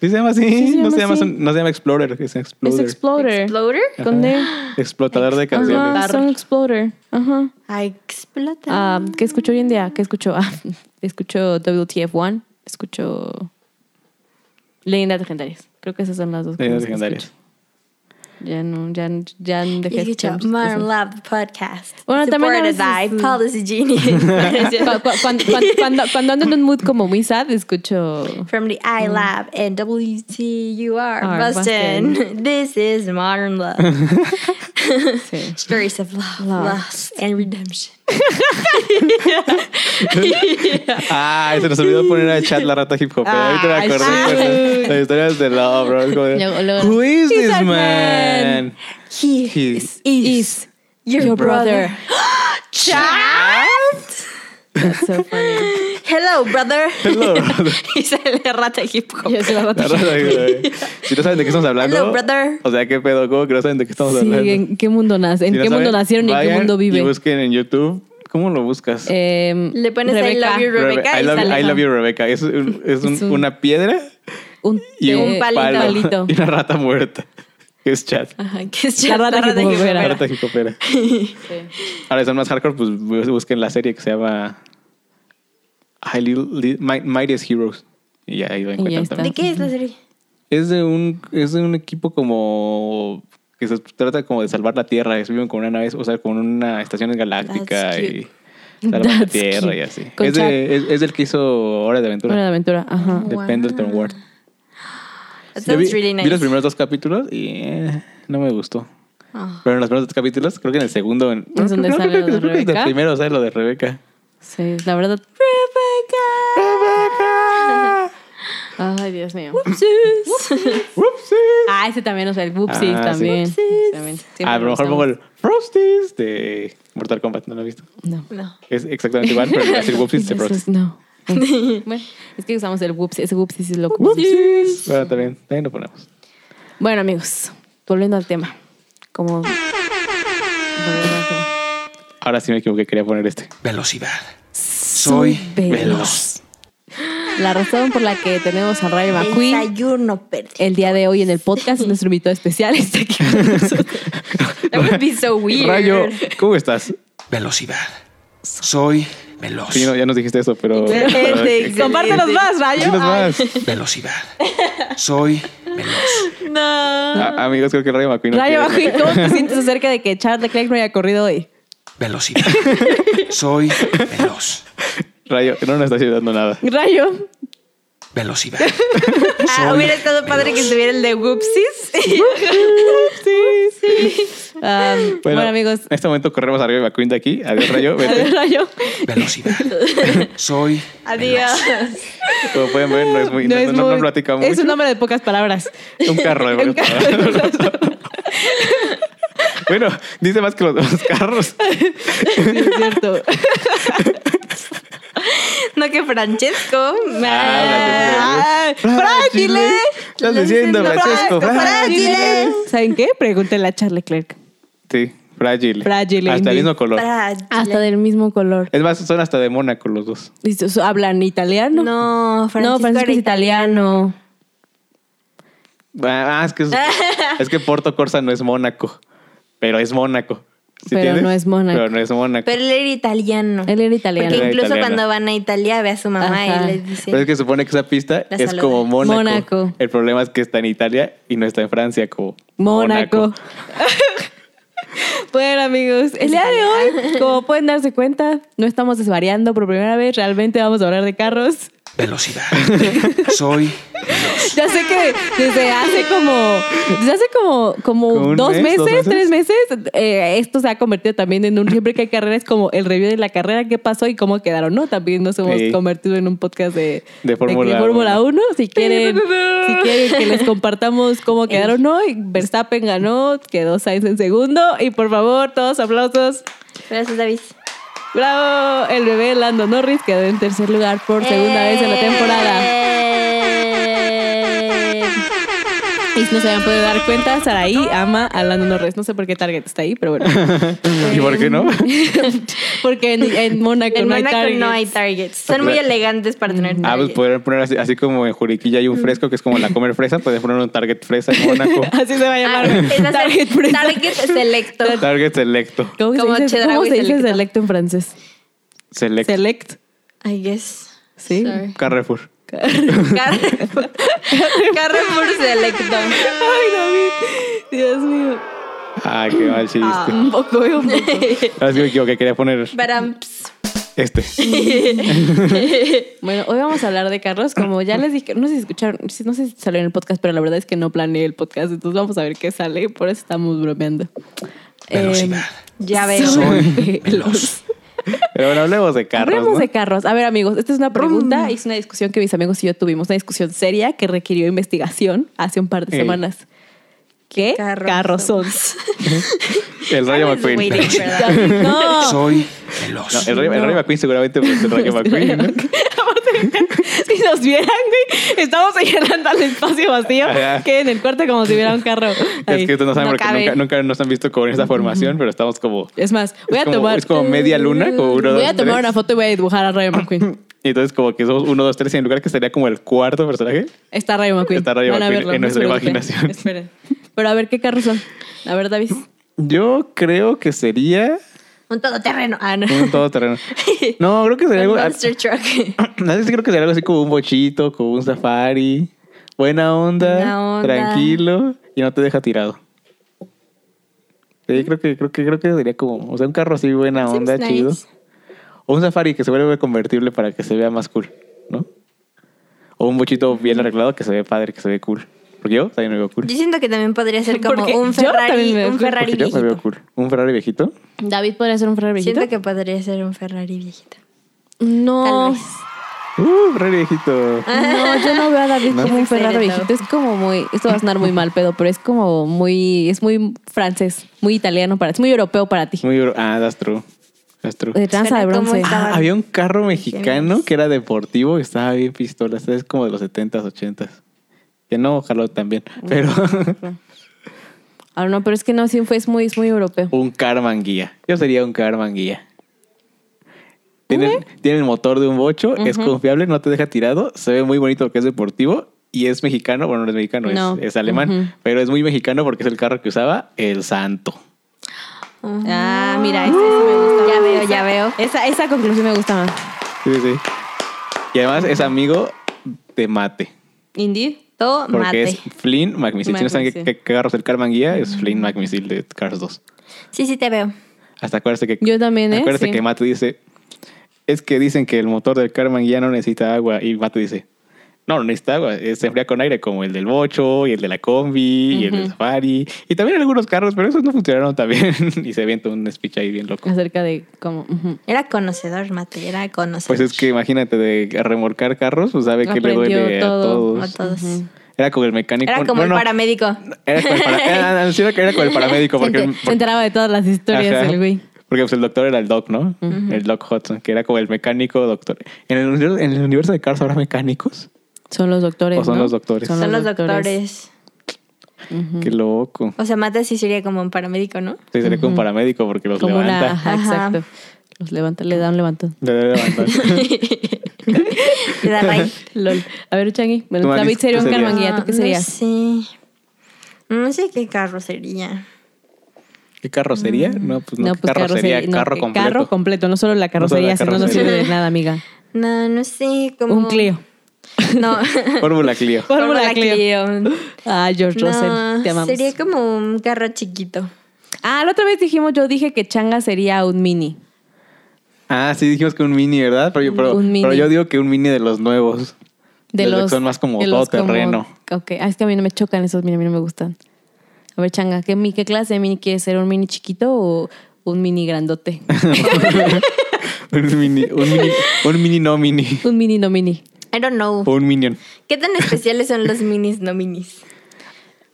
[SPEAKER 2] Sí se llama así,
[SPEAKER 3] Sí se
[SPEAKER 2] no, se
[SPEAKER 3] llama
[SPEAKER 2] llama,
[SPEAKER 3] así.
[SPEAKER 2] son- no se llama Explorer, es
[SPEAKER 3] Es
[SPEAKER 2] Exploder.
[SPEAKER 3] Explorer.
[SPEAKER 4] Exploder.
[SPEAKER 2] Ajá.
[SPEAKER 3] Con D.
[SPEAKER 2] Explotador de
[SPEAKER 3] Ajá,
[SPEAKER 2] canciones.
[SPEAKER 3] son Explorer. Ajá.
[SPEAKER 4] A explotar.
[SPEAKER 3] Ah, ¿Qué escucho hoy en día? ¿Qué escucho? Ah, escucho WTF1, escucho Leyendas Legendarias. Creo que esas son las dos
[SPEAKER 2] Leyendas
[SPEAKER 3] cosas que
[SPEAKER 2] legendarias.
[SPEAKER 3] escucho. Ya no, ya, ya dejé escuchar
[SPEAKER 4] You escuchado
[SPEAKER 3] esas
[SPEAKER 4] Modern
[SPEAKER 3] cosas.
[SPEAKER 4] Lab Podcast.
[SPEAKER 3] Bueno, también a
[SPEAKER 4] Supported
[SPEAKER 3] veces- mm.
[SPEAKER 4] by Policy Genius.
[SPEAKER 3] Cu- cu- cuando, cuando- cuando- cuando ando en un mood como muy sad, escucho.
[SPEAKER 4] From the iLab and WTUR
[SPEAKER 3] Mm. Our
[SPEAKER 4] Boston. This is Modern Love.
[SPEAKER 3] Sí.
[SPEAKER 4] Stories of love, loss, and redemption.
[SPEAKER 2] Ah, se nos olvidó poner a chat la rata hip hop. pero ahorita me
[SPEAKER 3] Ay,
[SPEAKER 2] acordé.
[SPEAKER 3] sí.
[SPEAKER 2] bueno, Las historias de Love, bro. Como de,
[SPEAKER 3] Luego, luego.
[SPEAKER 2] Who
[SPEAKER 3] He's
[SPEAKER 2] is this
[SPEAKER 3] that
[SPEAKER 2] man?
[SPEAKER 3] man.
[SPEAKER 4] He,
[SPEAKER 2] He
[SPEAKER 4] is, your, brother. Chat.
[SPEAKER 3] That's so funny.
[SPEAKER 4] Hello, brother.
[SPEAKER 2] Hello, brother.
[SPEAKER 4] y sale rata hip hop.
[SPEAKER 3] Yo soy la rata.
[SPEAKER 2] La rata hip hop. Si no saben de qué estamos hablando.
[SPEAKER 4] Hello, brother.
[SPEAKER 2] O sea, qué pedo, ¿cómo que no saben de qué estamos
[SPEAKER 3] Sí,
[SPEAKER 2] hablando?
[SPEAKER 3] ¿En qué mundo, nace? ¿En
[SPEAKER 2] Si no
[SPEAKER 3] qué mundo
[SPEAKER 2] saben,
[SPEAKER 3] nacieron y en qué
[SPEAKER 2] vayan
[SPEAKER 3] mundo
[SPEAKER 2] Y
[SPEAKER 3] viven?
[SPEAKER 2] busquen en YouTube. ¿Cómo lo buscas?
[SPEAKER 3] Eh,
[SPEAKER 4] Le pones I
[SPEAKER 3] Rebeca,
[SPEAKER 4] love you, Rebeca,
[SPEAKER 2] Rebe- I,
[SPEAKER 4] y
[SPEAKER 2] love,
[SPEAKER 4] sale.
[SPEAKER 2] I love you, Rebeca. Es, un- es un-
[SPEAKER 3] Es un-
[SPEAKER 2] una piedra
[SPEAKER 3] un,
[SPEAKER 2] y
[SPEAKER 3] eh,
[SPEAKER 2] un
[SPEAKER 4] palito.
[SPEAKER 2] palo.
[SPEAKER 3] palito.
[SPEAKER 2] Y una rata muerta. Que es chat.
[SPEAKER 4] Ajá, que es chat,
[SPEAKER 3] rata hip
[SPEAKER 4] hip
[SPEAKER 3] hopera.
[SPEAKER 2] La
[SPEAKER 3] Espera.
[SPEAKER 4] hopera.
[SPEAKER 2] rata hip hopera. Ahora, si son más hardcore, pues bu- busquen la serie que se llama High Little- Li- Mi- Mightiest Heroes. Y ya ahí lo encuentran
[SPEAKER 3] está.
[SPEAKER 4] ¿De
[SPEAKER 2] también.
[SPEAKER 4] qué es la serie?
[SPEAKER 2] Es de, un, es de un equipo como que se trata como de salvar la Tierra. Es, viven con una nave, o sea, con una estación galáctica
[SPEAKER 4] That's
[SPEAKER 2] y
[SPEAKER 4] cute.
[SPEAKER 2] salvan la
[SPEAKER 3] That's
[SPEAKER 2] Tierra
[SPEAKER 3] cute.
[SPEAKER 2] y así.
[SPEAKER 3] Con
[SPEAKER 2] Es, de- es, es del que hizo Hora de Aventura.
[SPEAKER 3] Una aventura, ajá.
[SPEAKER 2] de
[SPEAKER 4] Wow.
[SPEAKER 2] Pendleton Ward.
[SPEAKER 4] That
[SPEAKER 2] Yo vi,
[SPEAKER 4] sounds really
[SPEAKER 2] vi
[SPEAKER 4] nice.
[SPEAKER 2] los primeros dos capítulos y eh, no me gustó.
[SPEAKER 4] Ah.
[SPEAKER 2] Pero en los primeros dos capítulos, creo que en el segundo. En,
[SPEAKER 3] ¿Es donde
[SPEAKER 2] creo,
[SPEAKER 3] sale
[SPEAKER 2] creo
[SPEAKER 3] lo
[SPEAKER 2] que-
[SPEAKER 3] de
[SPEAKER 2] creo que es
[SPEAKER 3] Rebeca?
[SPEAKER 2] el primero sale lo de Rebeca.
[SPEAKER 3] Sí, la verdad.
[SPEAKER 2] ¡Rebeca!
[SPEAKER 3] Ay, Dios mío.
[SPEAKER 4] Sus.
[SPEAKER 2] ¡Whoopsies!
[SPEAKER 3] Ah, ese también, o sea, el Whoopsies
[SPEAKER 2] Ah, sí.
[SPEAKER 3] también.
[SPEAKER 4] Whoopsies.
[SPEAKER 3] También, siempre
[SPEAKER 2] Ah, A lo mejor
[SPEAKER 3] usamos.
[SPEAKER 2] pongo el Frosties de Mortal Kombat, no lo he visto.
[SPEAKER 3] No.
[SPEAKER 4] No.
[SPEAKER 2] Es exactamente igual, pero decir Whoopsies de
[SPEAKER 3] Entonces,
[SPEAKER 2] Frosties.
[SPEAKER 3] no. Bueno, es que usamos el Whoopsies. Ese Whoopsies es loco.
[SPEAKER 2] Whoopsies. Bueno, también, también lo ponemos.
[SPEAKER 3] Bueno, amigos, volviendo al tema. Como. volviendo al tema.
[SPEAKER 2] Ahora sí me equivoqué, quería poner este.
[SPEAKER 1] Velocidad. Soy
[SPEAKER 3] veloz. La razón por la que tenemos a Rayo McQueen
[SPEAKER 4] Desayuno verde.
[SPEAKER 3] el día de hoy en el podcast, nuestro invitado especial está aquí con nosotros.
[SPEAKER 4] That would be so weird.
[SPEAKER 2] Rayo, ¿cómo estás?
[SPEAKER 1] Velocidad. Soy veloz.
[SPEAKER 2] Sí, no, ya nos dijiste eso, pero. pero-
[SPEAKER 3] Compártenos más, Rayo.
[SPEAKER 2] Dinos más.
[SPEAKER 1] Velocidad. Soy veloz.
[SPEAKER 4] No.
[SPEAKER 2] A- amigos, creo que Rayo McQueen.
[SPEAKER 3] Ay,
[SPEAKER 2] no
[SPEAKER 3] Rayo
[SPEAKER 2] quiere-
[SPEAKER 3] McQueen, ¿cómo te sientes acerca de que Charles Leclerc no haya corrido hoy?
[SPEAKER 1] Velocidad. Soy veloz.
[SPEAKER 2] Rayo, no nos estás ayudando nada.
[SPEAKER 3] Rayo.
[SPEAKER 1] Velocidad.
[SPEAKER 4] Ah, hubiera estado padre que estuviera el de Whoopsies.
[SPEAKER 3] Um, bueno, amigos.
[SPEAKER 2] En este momento corremos a Rayo McQueen de aquí. Adiós, Rayo. Vete.
[SPEAKER 3] Rayo.
[SPEAKER 1] Velocidad. Soy
[SPEAKER 4] Adiós.
[SPEAKER 2] Como pueden ver, no es muy. No, no,
[SPEAKER 3] es
[SPEAKER 2] no
[SPEAKER 3] muy-
[SPEAKER 2] platicamos.
[SPEAKER 3] Es un
[SPEAKER 2] mucho.
[SPEAKER 3] nombre de pocas palabras.
[SPEAKER 2] Un carro de
[SPEAKER 3] Un
[SPEAKER 2] varios
[SPEAKER 3] carro.
[SPEAKER 2] Bueno, dice más que los demás carros.
[SPEAKER 3] Es cierto.
[SPEAKER 4] No que Francesco.
[SPEAKER 2] Ah,
[SPEAKER 3] Ah, ¿eh? ¡Frágile!
[SPEAKER 2] ¿eh? Estás diciendo, Francesco.
[SPEAKER 4] Francesco,
[SPEAKER 2] Frágil.
[SPEAKER 3] ¿eh?
[SPEAKER 4] frágil.
[SPEAKER 3] ¿Saben qué? Pregúntenle a Charles Leclerc.
[SPEAKER 2] Sí, frágil.
[SPEAKER 3] Frágil,
[SPEAKER 2] Hasta el
[SPEAKER 3] Indy.
[SPEAKER 2] mismo color.
[SPEAKER 4] Frágil.
[SPEAKER 3] Hasta del mismo color.
[SPEAKER 2] Es más, son hasta de Mónaco los dos.
[SPEAKER 3] Listo, so- ¿Hablan italiano?
[SPEAKER 4] No, Francesco.
[SPEAKER 3] No, Francisco es
[SPEAKER 4] ahorita-
[SPEAKER 3] italiano.
[SPEAKER 2] Ah, es que, es, es que Porto Corsa no es Mónaco, pero es Mónaco. ¿Sí
[SPEAKER 3] Pero
[SPEAKER 2] entiendes?
[SPEAKER 3] no es Mónaco.
[SPEAKER 2] Pero no es Mónaco.
[SPEAKER 4] Pero él era italiano.
[SPEAKER 3] Él era italiano.
[SPEAKER 4] Porque
[SPEAKER 2] Él era
[SPEAKER 4] incluso
[SPEAKER 2] italiano.
[SPEAKER 4] cuando van a Italia ve a su mamá
[SPEAKER 3] Ajá.
[SPEAKER 4] y le dice.
[SPEAKER 2] Pero es que supone que esa pista
[SPEAKER 4] La
[SPEAKER 2] es
[SPEAKER 4] saluda.
[SPEAKER 2] como Mónaco.
[SPEAKER 3] Mónaco.
[SPEAKER 2] El problema es que está en Italia y no está en Francia como
[SPEAKER 3] Mónaco. Bueno, amigos, el día de hoy, como pueden darse cuenta, no estamos desvariando por primera vez. Realmente vamos a hablar de carros.
[SPEAKER 1] velocidad. Soy
[SPEAKER 4] Eh,
[SPEAKER 3] Ya sé que desde hace como, desde hace como,
[SPEAKER 2] Como
[SPEAKER 3] como
[SPEAKER 2] un
[SPEAKER 3] dos,
[SPEAKER 2] mes,
[SPEAKER 3] meses,
[SPEAKER 2] dos meses.
[SPEAKER 3] tres meses, eh, esto se ha convertido también en un siempre que hay carreras como el review de la carrera, qué pasó y cómo quedaron, ¿no? También nos hemos
[SPEAKER 2] Ey.
[SPEAKER 3] convertido en un podcast de,
[SPEAKER 2] De Fórmula
[SPEAKER 3] Fórmula 1. Si quieren,
[SPEAKER 4] Pi, pi, pi.
[SPEAKER 3] si quieren que les compartamos cómo quedaron hoy, Verstappen ganó, quedó Sainz en segundo y por favor, todos aplausos.
[SPEAKER 4] Gracias, David.
[SPEAKER 3] Bravo, el bebé Lando Norris quedó en tercer lugar por segunda vez en la temporada.
[SPEAKER 4] temporada.
[SPEAKER 3] Y si no se habían podido dar cuenta, Saraí ama a Lando Norris. No sé por qué Target está ahí, pero bueno.
[SPEAKER 2] ¿Y por qué no?
[SPEAKER 3] Porque en, en Mónaco
[SPEAKER 4] En
[SPEAKER 3] no hay
[SPEAKER 4] Mónaco
[SPEAKER 3] Target.
[SPEAKER 4] no hay targets. Son muy elegantes para tener targets.
[SPEAKER 2] Ah, pues podrían poner así, así como en Juriquilla hay un fresco que es como la comer fresa, pueden poner un Target fresa en Mónaco.
[SPEAKER 3] Así se va a
[SPEAKER 4] Ah,
[SPEAKER 3] llamar.
[SPEAKER 4] es hacer
[SPEAKER 3] target, Press.
[SPEAKER 4] target selecto.
[SPEAKER 2] Target selecto.
[SPEAKER 3] ¿Cómo
[SPEAKER 4] Como
[SPEAKER 3] se dice,
[SPEAKER 4] Chedraui
[SPEAKER 3] ¿cómo se dice
[SPEAKER 4] selecto.
[SPEAKER 3] selecto en francés?
[SPEAKER 2] Select.
[SPEAKER 3] Select.
[SPEAKER 4] I guess.
[SPEAKER 3] Sí.
[SPEAKER 4] Sorry.
[SPEAKER 2] Carrefour.
[SPEAKER 4] Carrefour. Carrefour selecto.
[SPEAKER 3] Ay, David. Dios mío.
[SPEAKER 2] Ah, qué mal chiste.
[SPEAKER 4] Ah.
[SPEAKER 3] Un poco, eh, un poco.
[SPEAKER 2] Ahora sí me equivoqué, quería poner
[SPEAKER 4] Baramps.
[SPEAKER 2] este.
[SPEAKER 3] Bueno, hoy vamos a hablar de carros. Como ya les dije, no sé si escucharon, sí, no sé si salió en el podcast, pero la verdad es que no planeé el podcast. Entonces vamos a ver qué sale. Por eso estamos bromeando. Em,
[SPEAKER 1] Velocidad.
[SPEAKER 4] Ya veo.
[SPEAKER 1] Soy veloz.
[SPEAKER 2] Pero bueno, hablemos de carros.
[SPEAKER 3] Hablemos
[SPEAKER 2] ¿no? Mm.
[SPEAKER 3] de carros. A ver, amigos, esta es una pregunta y es una discusión que mis amigos y yo tuvimos, una discusión seria que requirió investigación hace un par de
[SPEAKER 2] Ey.
[SPEAKER 3] semanas. ¿Qué
[SPEAKER 4] carros
[SPEAKER 3] carros, son?
[SPEAKER 2] El Rayo
[SPEAKER 3] Ah,
[SPEAKER 4] I was
[SPEAKER 2] McQueen.
[SPEAKER 4] waiting for that.
[SPEAKER 3] No.
[SPEAKER 1] Soy
[SPEAKER 2] No,
[SPEAKER 1] veloz.
[SPEAKER 2] el Rayo, el Rayo McQueen seguramente pues, el Rayo McQueen. ¿no?
[SPEAKER 3] Aparte, me encanta. si nos vieran, güey, estamos llenando el espacio vacío
[SPEAKER 2] Ajá.
[SPEAKER 3] que en el cuarto como si hubiera un carro.
[SPEAKER 2] Es
[SPEAKER 3] ahí.
[SPEAKER 2] que ustedes no saben
[SPEAKER 4] No
[SPEAKER 2] porque
[SPEAKER 4] cabe.
[SPEAKER 2] nunca, nunca nos han visto con esta formación, pero estamos como.
[SPEAKER 3] Es más, voy
[SPEAKER 2] es
[SPEAKER 3] a
[SPEAKER 2] como-
[SPEAKER 3] tomar.
[SPEAKER 2] es como media luna, como uno,
[SPEAKER 3] Voy
[SPEAKER 2] dos,
[SPEAKER 3] a tomar
[SPEAKER 2] tres.
[SPEAKER 3] una foto y voy a dibujar a Rayo McQueen.
[SPEAKER 2] Y entonces, como que somos uno, dos, tres, y en lugar que sería como el cuarto personaje.
[SPEAKER 3] Está Rayo McQueen.
[SPEAKER 2] Está Rayo
[SPEAKER 3] Van a
[SPEAKER 2] McQueen
[SPEAKER 3] verlo,
[SPEAKER 2] en
[SPEAKER 3] no
[SPEAKER 2] nuestra
[SPEAKER 3] se preocupen.
[SPEAKER 2] imaginación.
[SPEAKER 3] Esperen. Pero a ver qué carros son. A ver, David.
[SPEAKER 2] Yo creo que sería
[SPEAKER 4] Un todoterreno. Ah, no.
[SPEAKER 2] un todoterreno. No, creo que sería algo. ah,
[SPEAKER 4] Un monster truck.
[SPEAKER 2] No sé si creo que sería algo así como un bochito, como un safari. Buena onda,
[SPEAKER 4] Buena onda.
[SPEAKER 2] tranquilo y no te deja tirado. Sí, creo que, creo que, creo que sería como, o sea, un carro así buena
[SPEAKER 4] Seems
[SPEAKER 2] onda,
[SPEAKER 4] nice.
[SPEAKER 2] chido. O un safari que se vuelve convertible para que se vea más cool, ¿no? O un bochito bien arreglado que se ve padre, que se ve cool. Porque yo también me veo cool.
[SPEAKER 4] Yo siento que también podría ser como
[SPEAKER 3] Porque
[SPEAKER 4] un
[SPEAKER 3] yo también
[SPEAKER 4] Ferrari,
[SPEAKER 3] me-
[SPEAKER 4] un Ferrari
[SPEAKER 2] Porque yo me veo
[SPEAKER 4] viejito.
[SPEAKER 2] cool. Un Ferrari viejito.
[SPEAKER 3] David podría ser un Ferrari viejito.
[SPEAKER 4] Siento que podría ser un Ferrari viejito.
[SPEAKER 3] No, Oh.
[SPEAKER 4] Tal vez.
[SPEAKER 2] Uh, Ferrari viejito.
[SPEAKER 4] Ah.
[SPEAKER 3] no, yo no veo a David
[SPEAKER 2] ¿No?
[SPEAKER 3] como un
[SPEAKER 4] Estoy
[SPEAKER 3] Ferrari
[SPEAKER 4] excited,
[SPEAKER 3] viejito. Es como muy, esto va a sonar muy mal, pedo, pero es como muy, es muy francés, muy italiano para, es muy europeo para ti.
[SPEAKER 2] Muy bro- Ah, that's true. That's true.
[SPEAKER 3] De tranza de
[SPEAKER 4] Suena como
[SPEAKER 3] bronce.
[SPEAKER 4] esta-
[SPEAKER 2] Ah, había un carro mexicano que era deportivo y estaba bien pistola. Este es como de los 70s, 80s. Que no, ojalá también. Pero
[SPEAKER 3] Ah, no, pero es que no, sí fue, es muy, es muy europeo.
[SPEAKER 2] un Carman guía. Yo sería un Carman guía. Tiene, tiene el motor de un bocho, es confiable, no te deja tirado, se ve muy bonito porque es deportivo y es mexicano. Bueno, no es mexicano, es-
[SPEAKER 3] No.
[SPEAKER 2] es, alemán,
[SPEAKER 3] Ujú.
[SPEAKER 2] pero es muy mexicano porque es el carro que usaba el Santo.
[SPEAKER 3] Ah, mira, esa, esa me gusta.
[SPEAKER 4] Ya
[SPEAKER 3] más.
[SPEAKER 4] veo,
[SPEAKER 3] Esa-
[SPEAKER 4] ya veo.
[SPEAKER 3] Esa, esa conclusión me gusta más.
[SPEAKER 2] Sí, sí. Y además es amigo de Mate.
[SPEAKER 3] Indeed.
[SPEAKER 4] Tomate.
[SPEAKER 2] Porque es Flynn McMissile. Si no saben qué,
[SPEAKER 3] McMissile.
[SPEAKER 2] qué carro es el Carman Guía, es Flynn McMissile de Cars 2.
[SPEAKER 4] Sí, sí te veo.
[SPEAKER 2] Hasta acuérdense que.
[SPEAKER 3] Yo también, ¿eh?
[SPEAKER 2] Acuérdense
[SPEAKER 3] Sí.
[SPEAKER 2] que Mate dice. Es que dicen que el motor del Carman Guía no necesita agua. Y Mate dice. No, no necesita agua. eh, Se enfría con aire, como el del Bocho, y el de la Combi, y el del Safari. Y también algunos carros, pero esos no funcionaron también. y se avienta un speech ahí bien loco.
[SPEAKER 3] Acerca de cómo. ujú.
[SPEAKER 4] Era conocedor, Mate, era conocedor.
[SPEAKER 2] Pues es que imagínate, de remolcar carros, pues sabe que le
[SPEAKER 3] Aprendió
[SPEAKER 2] duele
[SPEAKER 3] todo,
[SPEAKER 2] a todos.
[SPEAKER 4] A todos.
[SPEAKER 2] Era como el mecánico.
[SPEAKER 4] Era como
[SPEAKER 2] bueno,
[SPEAKER 4] el paramédico.
[SPEAKER 2] Era como el, para- era- era- sí, era como el paramédico.
[SPEAKER 3] Se,
[SPEAKER 2] Porque,
[SPEAKER 3] enter- se
[SPEAKER 2] porque-
[SPEAKER 3] enteraba de todas las historias
[SPEAKER 2] Ajá.
[SPEAKER 3] del güey.
[SPEAKER 2] Porque pues, el doctor era el doc, ¿no? El doc Hudson, que era como el mecánico doctor. ¿En el, universo- en el universo de Cars habrá mecánicos?
[SPEAKER 3] Son los doctores.
[SPEAKER 2] O son
[SPEAKER 3] ¿no?
[SPEAKER 2] los doctores.
[SPEAKER 4] Son, los doctores.
[SPEAKER 2] Qué loco.
[SPEAKER 4] O sea, Mate sí sería como un paramédico, ¿no?
[SPEAKER 2] Sí, sería como un paramédico porque los
[SPEAKER 3] Como una.
[SPEAKER 2] levanta.
[SPEAKER 3] ajá,
[SPEAKER 4] Ajá.
[SPEAKER 3] Exacto. Los levanta, le da un levantón.
[SPEAKER 2] Le debe levantar.
[SPEAKER 4] Te da raíz.
[SPEAKER 3] Lol. A ver, Changi. Bueno,
[SPEAKER 2] Tú, Alice,
[SPEAKER 3] David
[SPEAKER 2] ¿qué
[SPEAKER 3] sería un
[SPEAKER 2] serías?
[SPEAKER 3] carmanguía. ¿Tú qué serías?
[SPEAKER 4] Ah, No sé. No sé qué carro sería.
[SPEAKER 2] ¿Qué carrocería? No, pues no, ¿qué carrocería,
[SPEAKER 3] carrocería, Mm. no,
[SPEAKER 2] carro
[SPEAKER 3] eh,
[SPEAKER 2] completo.
[SPEAKER 3] Carro completo, no solo la
[SPEAKER 2] No solo la
[SPEAKER 3] carrocería, sino no nos
[SPEAKER 2] carrocería.
[SPEAKER 3] sirve de nada, amiga.
[SPEAKER 4] No, no sé. Como...
[SPEAKER 3] Un Clio.
[SPEAKER 4] No.
[SPEAKER 2] Fórmula Clio.
[SPEAKER 3] Fórmula Clio.
[SPEAKER 4] Clio.
[SPEAKER 3] Ah, George Russell,
[SPEAKER 4] No,
[SPEAKER 3] te amamos.
[SPEAKER 4] Sería como un carro chiquito.
[SPEAKER 3] Ah, la otra vez dijimos, yo dije que Changa sería un mini.
[SPEAKER 2] Ah, sí, dijimos que un mini, ¿verdad? Pero, yo- pero,
[SPEAKER 3] Un mini.
[SPEAKER 2] pero yo digo que un mini de los nuevos.
[SPEAKER 3] De
[SPEAKER 2] Los
[SPEAKER 3] los,
[SPEAKER 2] que son más como
[SPEAKER 3] de los
[SPEAKER 2] todoterreno.
[SPEAKER 3] como- ok, ah, es que a mí no me chocan esos mini, a mí no me gustan. A ver, Changa, ¿qué, mi- qué clase de mini quieres ser? ¿Un mini chiquito o un mini grandote?
[SPEAKER 2] un mini, un mini, un mini no mini.
[SPEAKER 3] un mini no mini.
[SPEAKER 4] I don't know.
[SPEAKER 2] O un minion.
[SPEAKER 4] ¿Qué tan especiales son los minis no minis?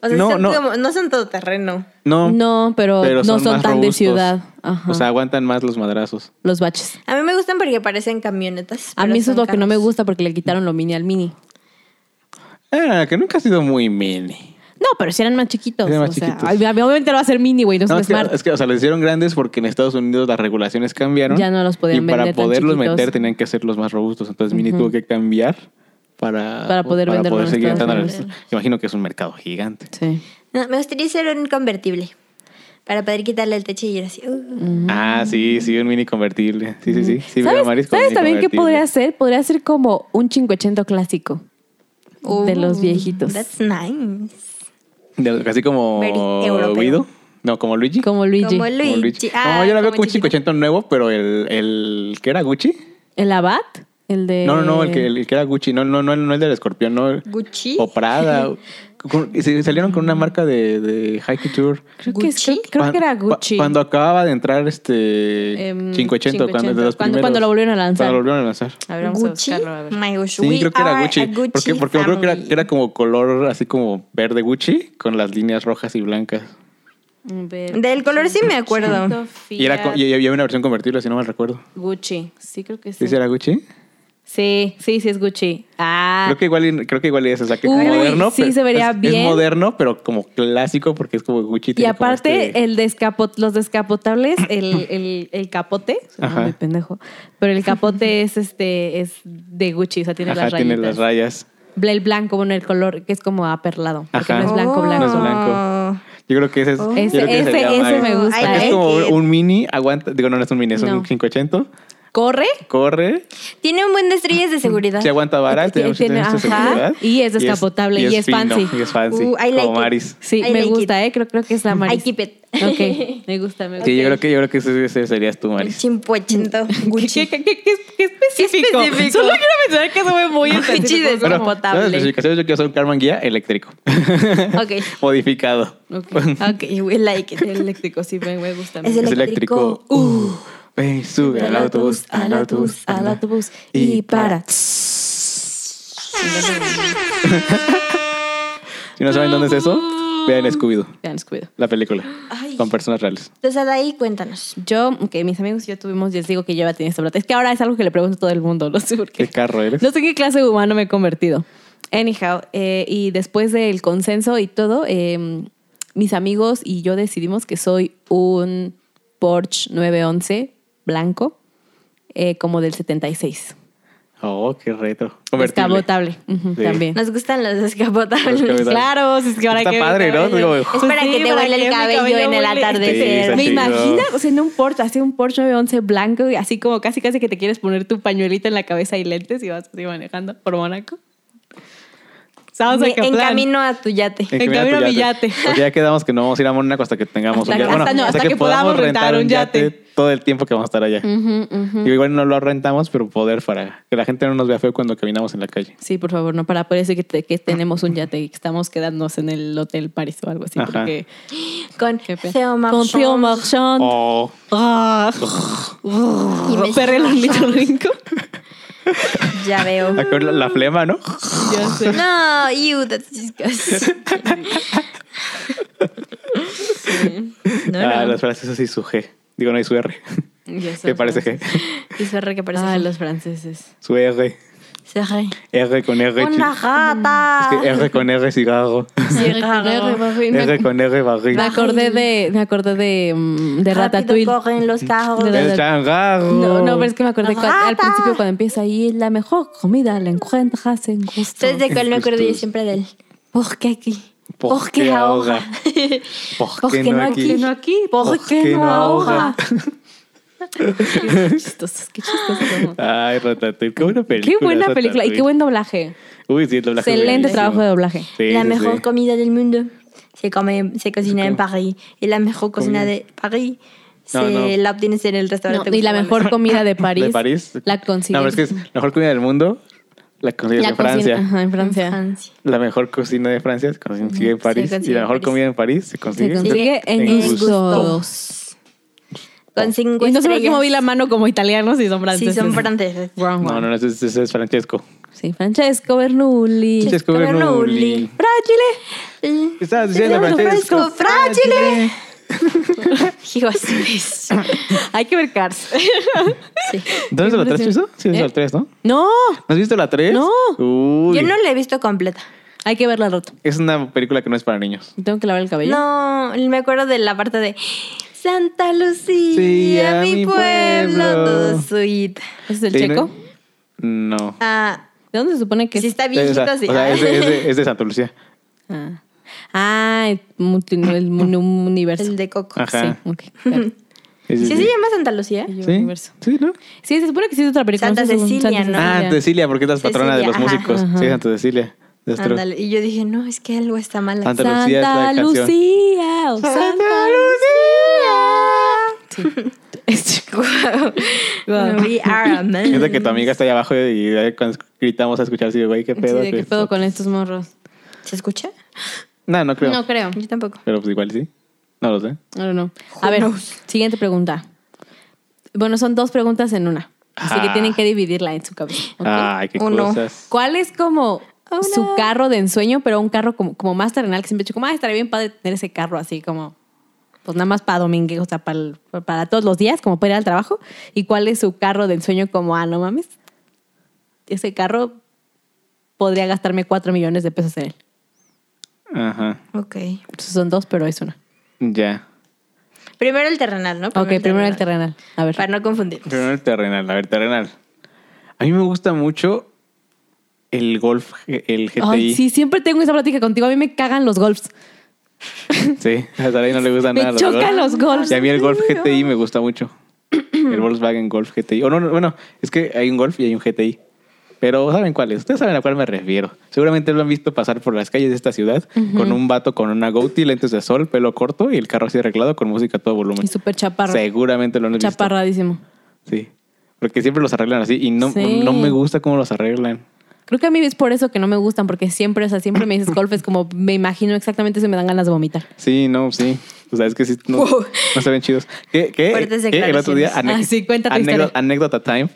[SPEAKER 4] O sea,
[SPEAKER 2] No,
[SPEAKER 4] son
[SPEAKER 2] no.
[SPEAKER 4] como- no son todoterreno.
[SPEAKER 2] No.
[SPEAKER 3] No, pero, no son
[SPEAKER 2] más
[SPEAKER 3] tan de
[SPEAKER 2] robustos.
[SPEAKER 3] ciudad. Ajá.
[SPEAKER 2] O sea, aguantan más los madrazos.
[SPEAKER 3] los baches.
[SPEAKER 4] A mí me gustan porque parecen camionetas.
[SPEAKER 3] A
[SPEAKER 4] pero
[SPEAKER 3] mí eso es
[SPEAKER 4] son
[SPEAKER 3] lo que no me
[SPEAKER 4] carros.
[SPEAKER 3] gusta porque le quitaron lo mini al mini.
[SPEAKER 2] Ah, que nunca ha sido muy mini.
[SPEAKER 3] No, pero si eran más chiquitos.
[SPEAKER 2] Eran más
[SPEAKER 3] o sea,
[SPEAKER 2] chiquitos.
[SPEAKER 3] ay, obviamente lo va a ser mini, güey, no,
[SPEAKER 2] No,
[SPEAKER 3] es
[SPEAKER 2] es, que,
[SPEAKER 3] smart.
[SPEAKER 2] es que, o sea, los hicieron grandes porque en Estados Unidos las regulaciones cambiaron.
[SPEAKER 3] Ya no los podían
[SPEAKER 2] Y para
[SPEAKER 3] vender tan
[SPEAKER 2] poderlos
[SPEAKER 3] chiquitos.
[SPEAKER 2] meter tenían que hacerlos más robustos. Entonces Mini tuvo que cambiar para,
[SPEAKER 3] Para poder venderlo en
[SPEAKER 2] seguir
[SPEAKER 3] Estados
[SPEAKER 2] entrando.
[SPEAKER 3] Unidos.
[SPEAKER 2] al- Imagino que es un mercado gigante.
[SPEAKER 3] Sí.
[SPEAKER 4] No, me gustaría ser un convertible. Para poder quitarle el techo y ir así. uh.
[SPEAKER 2] Ah, sí, sí, un mini convertible. Sí, sí, sí. sí veo a
[SPEAKER 3] ¿Sabes,
[SPEAKER 2] Maris con
[SPEAKER 3] sabes
[SPEAKER 2] mini
[SPEAKER 3] también qué
[SPEAKER 2] convertible.
[SPEAKER 3] podría ser? Podría ser como un 580 clásico Mm, de los
[SPEAKER 4] Uh,
[SPEAKER 3] viejitos.
[SPEAKER 4] That's nice.
[SPEAKER 2] De- Así como
[SPEAKER 4] Very europeo.
[SPEAKER 2] Guido. No, como Luigi.
[SPEAKER 3] Como Luigi.
[SPEAKER 4] Como Lu-
[SPEAKER 2] Como
[SPEAKER 4] Luigi.
[SPEAKER 2] no,
[SPEAKER 4] Ah,
[SPEAKER 2] yo la veo con
[SPEAKER 4] como
[SPEAKER 2] un
[SPEAKER 4] chiquito.
[SPEAKER 2] chicochento nuevo, pero el, el que era Gucci.
[SPEAKER 3] ¿El Abad? El de.
[SPEAKER 2] No, no, no, el
[SPEAKER 3] Eh.
[SPEAKER 2] que, el que era Gucci. No, no, no, no el del escorpión, no.
[SPEAKER 4] Gucci.
[SPEAKER 2] O Prada. o- con- y se- salieron con una marca de, de high couture.
[SPEAKER 3] Creo que, es- creo,
[SPEAKER 4] Gucci.
[SPEAKER 3] creo
[SPEAKER 2] Cuan-
[SPEAKER 3] que era
[SPEAKER 2] cua-
[SPEAKER 3] Gucci.
[SPEAKER 2] Ah, Cuando acababa de entrar este.
[SPEAKER 3] Em,
[SPEAKER 2] 580, cuando, de
[SPEAKER 3] 580, cuando-
[SPEAKER 2] los primeros.
[SPEAKER 3] cuando lo volvieron a lanzar. Pues
[SPEAKER 2] Cuando lo volvieron a lanzar.
[SPEAKER 3] A ver, vamos
[SPEAKER 4] Gucci.
[SPEAKER 3] a buscarlo. A ver.
[SPEAKER 4] My gosh,
[SPEAKER 2] Sí,
[SPEAKER 4] we
[SPEAKER 2] creo que era
[SPEAKER 4] are
[SPEAKER 2] Gucci.
[SPEAKER 4] a Gucci
[SPEAKER 2] porque porque creo que era,
[SPEAKER 4] family.
[SPEAKER 2] que era como color así como verde Gucci con las líneas rojas y blancas.
[SPEAKER 3] Ver-
[SPEAKER 4] Del color sí me acuerdo.
[SPEAKER 3] Gucci.
[SPEAKER 2] Y, era, co- y, y había una versión convertible, si no mal recuerdo.
[SPEAKER 3] Gucci. Sí, creo que sí.
[SPEAKER 2] ¿Sí era Gucci?
[SPEAKER 3] Sí, sí, sí es Gucci. Ah.
[SPEAKER 2] Creo que igual, y- creo que igual y es, o sea, que
[SPEAKER 3] Uy,
[SPEAKER 2] moderno.
[SPEAKER 3] sí,
[SPEAKER 2] pero
[SPEAKER 3] se vería
[SPEAKER 2] es,
[SPEAKER 3] bien.
[SPEAKER 2] Es moderno, pero como clásico porque es como Gucci.
[SPEAKER 3] Y
[SPEAKER 2] tiene como
[SPEAKER 3] aparte, eh,
[SPEAKER 2] este-
[SPEAKER 3] el descapo- los descapotables, el, el, el capote, suena
[SPEAKER 2] Ajá.
[SPEAKER 3] muy pendejo, pero el capote es este es de Gucci, o sea, tiene
[SPEAKER 2] Ajá,
[SPEAKER 3] las rayitas.
[SPEAKER 2] tiene las rayas.
[SPEAKER 3] Bla- El blanco, bueno, el color que es como aperlado, porque
[SPEAKER 2] Ajá.
[SPEAKER 3] no es blanco,
[SPEAKER 4] Oh.
[SPEAKER 2] No Ah, es
[SPEAKER 3] blanco.
[SPEAKER 2] blanco. Yo creo que ese es. yo
[SPEAKER 3] Ese-
[SPEAKER 2] creo que
[SPEAKER 3] ese-
[SPEAKER 2] sería
[SPEAKER 3] ese
[SPEAKER 2] Mario.
[SPEAKER 3] me gusta, ¿eh?
[SPEAKER 2] Porque
[SPEAKER 4] I
[SPEAKER 2] Es
[SPEAKER 4] like
[SPEAKER 2] como
[SPEAKER 4] it.
[SPEAKER 2] un mini, aguanta. Digo, no, no es un mini, es
[SPEAKER 3] No.
[SPEAKER 2] un 580.
[SPEAKER 3] Corre,
[SPEAKER 2] Corre,
[SPEAKER 4] Tiene un buen de estrellas de seguridad.
[SPEAKER 2] se aguanta vara,
[SPEAKER 3] Tiene-
[SPEAKER 2] tiene,
[SPEAKER 3] tiene-
[SPEAKER 2] mucha
[SPEAKER 3] ajá,
[SPEAKER 2] seguridad.
[SPEAKER 3] y es descapotable, y es
[SPEAKER 2] fino,
[SPEAKER 3] fancy.
[SPEAKER 2] Y es fancy.
[SPEAKER 4] Uh, I like
[SPEAKER 2] como
[SPEAKER 4] it.
[SPEAKER 2] Maris.
[SPEAKER 3] sí,
[SPEAKER 4] I
[SPEAKER 3] me
[SPEAKER 4] like
[SPEAKER 3] gusta, eh, creo, creo que es la
[SPEAKER 4] I
[SPEAKER 3] Maris.
[SPEAKER 4] keep it.
[SPEAKER 3] Ok, me gusta, me gusta.
[SPEAKER 2] Sí, yo creo que, yo creo que ese, ese serías tú,
[SPEAKER 4] El
[SPEAKER 2] Maris.
[SPEAKER 4] chimpuachento. Gucci.
[SPEAKER 3] ¿Qué, qué- qué- qué específico?
[SPEAKER 4] Qué específico.
[SPEAKER 3] Solo quiero mencionar que soy muy
[SPEAKER 4] Gucci
[SPEAKER 3] específico.
[SPEAKER 2] Bueno,
[SPEAKER 3] descapotable.
[SPEAKER 2] todas las especificaciones yo quiero hacer un Carman Guía eléctrico.
[SPEAKER 4] Ok.
[SPEAKER 2] Modificado.
[SPEAKER 3] Ok.
[SPEAKER 4] Ok, we like it.
[SPEAKER 3] El eléctrico, sí, me, me gusta. me
[SPEAKER 4] Es
[SPEAKER 2] Es
[SPEAKER 4] eléctrico.
[SPEAKER 2] eléctrico. Uh, ven, sube al autobús, al autobús,
[SPEAKER 4] al
[SPEAKER 2] anda.
[SPEAKER 4] autobús. Y para.
[SPEAKER 2] Si no saben dónde es eso, vean Scooby-Doo,
[SPEAKER 3] Vean, descuido.
[SPEAKER 2] la película,
[SPEAKER 4] Ay.
[SPEAKER 2] con personas reales.
[SPEAKER 4] Entonces, Adaí, cuéntanos.
[SPEAKER 3] Yo, ok, mis amigos y yo tuvimos, les digo que yo ya tenía esta plata. Es que ahora es algo que le pregunto a todo el mundo, no sé por qué.
[SPEAKER 2] ¿Qué carro eres?
[SPEAKER 3] No sé qué clase de humano me he convertido. Anyhow, eh, y después del consenso y todo, eh, mis amigos y yo decidimos que soy un Porsche 911 blanco, eh, como del 76.
[SPEAKER 2] Oh, qué retro. Convertible.
[SPEAKER 3] Descapotable, ujú,
[SPEAKER 2] Sí.
[SPEAKER 3] también.
[SPEAKER 4] Nos gustan los descapotables.
[SPEAKER 2] Los descapotables.
[SPEAKER 3] Claro, si es que ahora
[SPEAKER 2] Está
[SPEAKER 3] que Pues
[SPEAKER 2] padre, ¿no? Digo,
[SPEAKER 4] Es para que te
[SPEAKER 3] para
[SPEAKER 4] huela el
[SPEAKER 3] que mi
[SPEAKER 4] cabello en el
[SPEAKER 3] huele.
[SPEAKER 4] atardecer.
[SPEAKER 2] Sí, está
[SPEAKER 3] Me
[SPEAKER 2] chido.
[SPEAKER 3] imaginas, o sea, en un Porsche, así un Porsche 911 blanco, y así como casi casi que te quieres poner tu pañuelito en la cabeza y lentes y vas así manejando por Mónaco. ¿Sabes
[SPEAKER 4] Me-
[SPEAKER 3] a qué
[SPEAKER 4] en
[SPEAKER 3] plan?
[SPEAKER 4] camino a tu yate.
[SPEAKER 3] En camino a mi yate.
[SPEAKER 2] Porque ya quedamos que no vamos a ir a Mónaco hasta que tengamos
[SPEAKER 3] Hasta
[SPEAKER 2] un
[SPEAKER 3] que-
[SPEAKER 2] yate.
[SPEAKER 3] hasta- no, hasta que podamos rentar un yate.
[SPEAKER 2] todo el tiempo que vamos a estar allá. Y igual no lo rentamos, pero poder para que la gente no nos vea feo cuando caminamos en la calle.
[SPEAKER 3] Sí, por favor, no para por eso que, te- que tenemos un yate y que estamos quedándonos en el Hotel Paris o algo así.
[SPEAKER 2] Ajá.
[SPEAKER 3] Porque,
[SPEAKER 4] Con
[SPEAKER 3] qué pena.
[SPEAKER 4] Theo
[SPEAKER 3] Con
[SPEAKER 4] Marchand.
[SPEAKER 3] Theo Marchand.
[SPEAKER 2] Oh,
[SPEAKER 3] Ah,
[SPEAKER 4] Y me-
[SPEAKER 3] Perry el ornitorrinco.
[SPEAKER 4] Ya veo.
[SPEAKER 2] la, la- la flema, ¿no?
[SPEAKER 3] Ya sé.
[SPEAKER 4] No, you, that's disgusting. No,
[SPEAKER 2] ah,
[SPEAKER 4] no.
[SPEAKER 2] Las frases así su G. Digo, no hay su R.
[SPEAKER 3] Ya sé,
[SPEAKER 2] ¿Qué parece
[SPEAKER 3] ¿sabes?
[SPEAKER 2] G?
[SPEAKER 4] Y su R que parece.
[SPEAKER 3] Ah, los franceses.
[SPEAKER 2] Su R.
[SPEAKER 4] Se re.
[SPEAKER 2] R con R.
[SPEAKER 4] Una
[SPEAKER 2] chi-
[SPEAKER 4] rata.
[SPEAKER 2] Es que R con R cigarro.
[SPEAKER 4] Sí,
[SPEAKER 3] R
[SPEAKER 4] raro.
[SPEAKER 2] R con R barril.
[SPEAKER 3] Me acordé de, me acordé de, mm, de
[SPEAKER 4] Rápido
[SPEAKER 3] Ratatouille.
[SPEAKER 4] corren los carros.
[SPEAKER 3] De
[SPEAKER 2] El
[SPEAKER 3] la-
[SPEAKER 2] changarro.
[SPEAKER 3] No, no, pero es que me acordé
[SPEAKER 4] La
[SPEAKER 3] cuando- al
[SPEAKER 4] rata.
[SPEAKER 3] principio cuando empieza ahí, la mejor comida la encuentras en gusto.
[SPEAKER 4] ¿Sabes de cuál me acuerdo yo
[SPEAKER 2] Justos.
[SPEAKER 4] siempre del? ¿Por qué aquí?
[SPEAKER 2] ¿Por
[SPEAKER 4] ¿Por qué
[SPEAKER 2] qué
[SPEAKER 4] ahora?
[SPEAKER 2] ahora? ¿Por qué no aquí?
[SPEAKER 3] aquí?
[SPEAKER 2] ¿Por qué no ahora?
[SPEAKER 3] qué chistosos, qué chistosos somos.
[SPEAKER 2] Ay, Ratatouille. Qué buena película.
[SPEAKER 3] Qué buena película y
[SPEAKER 2] Ratatouille.
[SPEAKER 3] qué buen doblaje.
[SPEAKER 2] Uy, sí, el doblaje. es
[SPEAKER 3] Excelente
[SPEAKER 2] buenísimo.
[SPEAKER 3] trabajo de doblaje.
[SPEAKER 2] Sí,
[SPEAKER 4] la
[SPEAKER 2] sí,
[SPEAKER 4] mejor
[SPEAKER 2] sí.
[SPEAKER 4] comida del mundo se, come, se cocina en París. Y la mejor cocina
[SPEAKER 2] Comida.
[SPEAKER 4] de París se
[SPEAKER 2] No, no.
[SPEAKER 4] la obtienes en el
[SPEAKER 3] No,
[SPEAKER 4] restaurante.
[SPEAKER 3] y la mejor comida de París,
[SPEAKER 2] De París.
[SPEAKER 3] la consigues.
[SPEAKER 2] No, pero es que es la mejor comida del mundo la consigues
[SPEAKER 3] la
[SPEAKER 2] en Francia.
[SPEAKER 3] cocina- ajá, en
[SPEAKER 4] En
[SPEAKER 3] Francia.
[SPEAKER 4] Francia.
[SPEAKER 2] La mejor cocina de Francia se consigue en París.
[SPEAKER 4] consigue
[SPEAKER 2] y la
[SPEAKER 4] en
[SPEAKER 2] mejor
[SPEAKER 4] París.
[SPEAKER 2] comida en París se
[SPEAKER 3] Se
[SPEAKER 2] consigue,
[SPEAKER 3] consigue en
[SPEAKER 4] En
[SPEAKER 3] gusto.
[SPEAKER 4] Gustodos. Con cinco
[SPEAKER 3] Y no sé por qué
[SPEAKER 4] estrellas.
[SPEAKER 3] moví la mano como italianos y son
[SPEAKER 4] Sí,
[SPEAKER 3] franceses.
[SPEAKER 4] son franceses.
[SPEAKER 3] Wrong
[SPEAKER 2] No,
[SPEAKER 3] one.
[SPEAKER 2] no, no, ese, ese es Francesco.
[SPEAKER 3] Sí, Francesco Bernoulli.
[SPEAKER 4] Francesco
[SPEAKER 2] Francesco Bernoulli.
[SPEAKER 4] Bernoulli.
[SPEAKER 3] Francile.
[SPEAKER 2] ¿Qué Estás diciendo
[SPEAKER 4] Francesco
[SPEAKER 2] Francesco. Ah,
[SPEAKER 4] Francile. Hijo de su vez.
[SPEAKER 3] Hay que ver Cars.
[SPEAKER 4] Sí.
[SPEAKER 2] ¿Dónde está la 3, Chiso? Sí, es
[SPEAKER 3] ¿Eh?
[SPEAKER 2] la 3, ¿no?
[SPEAKER 3] no,
[SPEAKER 2] ¿No has visto la 3?
[SPEAKER 3] No.
[SPEAKER 2] Uy.
[SPEAKER 4] Yo no la he visto completa.
[SPEAKER 3] hay que verla roto.
[SPEAKER 2] Es una película que no es para niños.
[SPEAKER 3] Tengo que lavar el cabello.
[SPEAKER 4] No, me acuerdo de la parte de Santa Lucía,
[SPEAKER 2] Sí, a
[SPEAKER 4] mi,
[SPEAKER 2] mi
[SPEAKER 4] pueblo,
[SPEAKER 2] pueblo.
[SPEAKER 4] todo sweet.
[SPEAKER 3] ¿Ese ¿Es del
[SPEAKER 2] Sí,
[SPEAKER 3] checo?
[SPEAKER 2] No.
[SPEAKER 4] Ah,
[SPEAKER 3] ¿De dónde se supone que
[SPEAKER 4] si
[SPEAKER 3] es?
[SPEAKER 4] está
[SPEAKER 2] O
[SPEAKER 4] viejito,
[SPEAKER 2] sea, o
[SPEAKER 4] sí. Ah,
[SPEAKER 2] sea, es, de, es de- es de Santa Lucía.
[SPEAKER 3] Ah, Ah, el, multi- el mun- universo.
[SPEAKER 4] El de Coco.
[SPEAKER 3] Sí,
[SPEAKER 2] Ajá.
[SPEAKER 3] ok. claro.
[SPEAKER 2] Sí,
[SPEAKER 4] ¿Sí
[SPEAKER 2] sí,
[SPEAKER 4] se
[SPEAKER 2] sí.
[SPEAKER 4] llama Santa Lucía?
[SPEAKER 3] El
[SPEAKER 2] ¿Sí?
[SPEAKER 3] universo.
[SPEAKER 2] ¿Sí, no?
[SPEAKER 3] Sí, se supone que sí es otra película.
[SPEAKER 4] Santa
[SPEAKER 3] no sé si es un-
[SPEAKER 4] Cecilia, ¿no?
[SPEAKER 2] Ah, Cecilia, porque es la patrona de los
[SPEAKER 4] Cecilia, ajá.
[SPEAKER 2] músicos.
[SPEAKER 3] Ajá.
[SPEAKER 2] Sí, Santa Cecilia. Destro.
[SPEAKER 4] Ándale. Y yo dije, no, es que algo está mal.
[SPEAKER 2] Ándale.
[SPEAKER 4] aquí.
[SPEAKER 2] Santa Lucía es la
[SPEAKER 3] Santa Lucía,
[SPEAKER 2] canción.
[SPEAKER 3] o
[SPEAKER 4] ¡Santa
[SPEAKER 3] Santa Lucía. Sí.
[SPEAKER 4] Guau.
[SPEAKER 3] Guau.
[SPEAKER 4] We are a man.
[SPEAKER 2] Siento que tu amiga está ahí abajo y ahí cuando gritamos a escuchar así, güey, qué pedo.
[SPEAKER 3] Sí, de qué
[SPEAKER 2] Pues,
[SPEAKER 3] pedo con estos morros.
[SPEAKER 4] ¿Se escucha?
[SPEAKER 2] No, no creo.
[SPEAKER 3] No creo.
[SPEAKER 4] Yo tampoco.
[SPEAKER 2] Pero pues igual sí. No lo sé.
[SPEAKER 3] No, no, no.
[SPEAKER 4] Who
[SPEAKER 3] A ver,
[SPEAKER 4] knows?
[SPEAKER 3] siguiente pregunta. Bueno, son dos preguntas en una. Así que
[SPEAKER 2] Ah.
[SPEAKER 3] tienen que dividirla en su cabeza. ¿ok?
[SPEAKER 2] Ay, qué
[SPEAKER 4] Uno.
[SPEAKER 2] cosas.
[SPEAKER 3] ¿Cuál es como
[SPEAKER 4] Oh, no.
[SPEAKER 3] su carro de ensueño, pero un carro como, como más terrenal? Que siempre he dicho, como, ah, estaría bien padre tener ese carro así como, pues nada más para domingue, o sea, para, el- para todos los días, como para ir al trabajo. ¿Y cuál es su carro de ensueño como, ah, no mames? Ese carro podría gastarme cuatro millones de pesos en él.
[SPEAKER 2] Ajá.
[SPEAKER 4] Ok.
[SPEAKER 3] Entonces son dos, pero es una.
[SPEAKER 2] Ya.
[SPEAKER 4] Primero el terrenal, ¿no?
[SPEAKER 3] ok, primero el terrenal. A ver.
[SPEAKER 4] Para no confundir.
[SPEAKER 2] Primero el terrenal. A ver, terrenal. A mí me gusta mucho el Golf, G- el GTI.
[SPEAKER 3] Ay, sí, siempre tengo esa plática contigo. A mí me cagan los golfs.
[SPEAKER 2] Sí, a Saray no le gusta
[SPEAKER 3] Me
[SPEAKER 2] nada. los
[SPEAKER 3] chocan
[SPEAKER 2] golf.
[SPEAKER 3] los golfs.
[SPEAKER 2] Y a mí el Golf GTI me gusta mucho. El Volkswagen Golf GTI. O no, no, bueno, es que hay un Golf y hay un GTI. Pero ¿saben cuál es? Ustedes saben a cuál me refiero. Seguramente lo han visto pasar por las calles de esta ciudad con un vato con una goatee, lentes de sol, pelo corto y el carro así arreglado con música a todo volumen.
[SPEAKER 3] Y súper chaparro.
[SPEAKER 2] Seguramente lo han visto.
[SPEAKER 3] Chaparradísimo.
[SPEAKER 2] Sí. Porque siempre los arreglan así y no,
[SPEAKER 3] Sí.
[SPEAKER 2] no me gusta cómo los arreglan.
[SPEAKER 3] Creo que a mí es por eso que no me gustan, porque siempre, o sea, siempre me dices golf, es como me imagino exactamente se me dan ganas de vomitar.
[SPEAKER 2] Sí, no, sí. O sea, es que sí, no,
[SPEAKER 4] Wow.
[SPEAKER 2] no se ven chidos. ¿Qué? qué
[SPEAKER 4] Fuertes
[SPEAKER 2] qué? El otro día,
[SPEAKER 3] declaraciones.
[SPEAKER 2] ane-
[SPEAKER 3] Ah, sí, cuenta tu
[SPEAKER 2] anécdota,
[SPEAKER 3] historia.
[SPEAKER 2] anécdota time.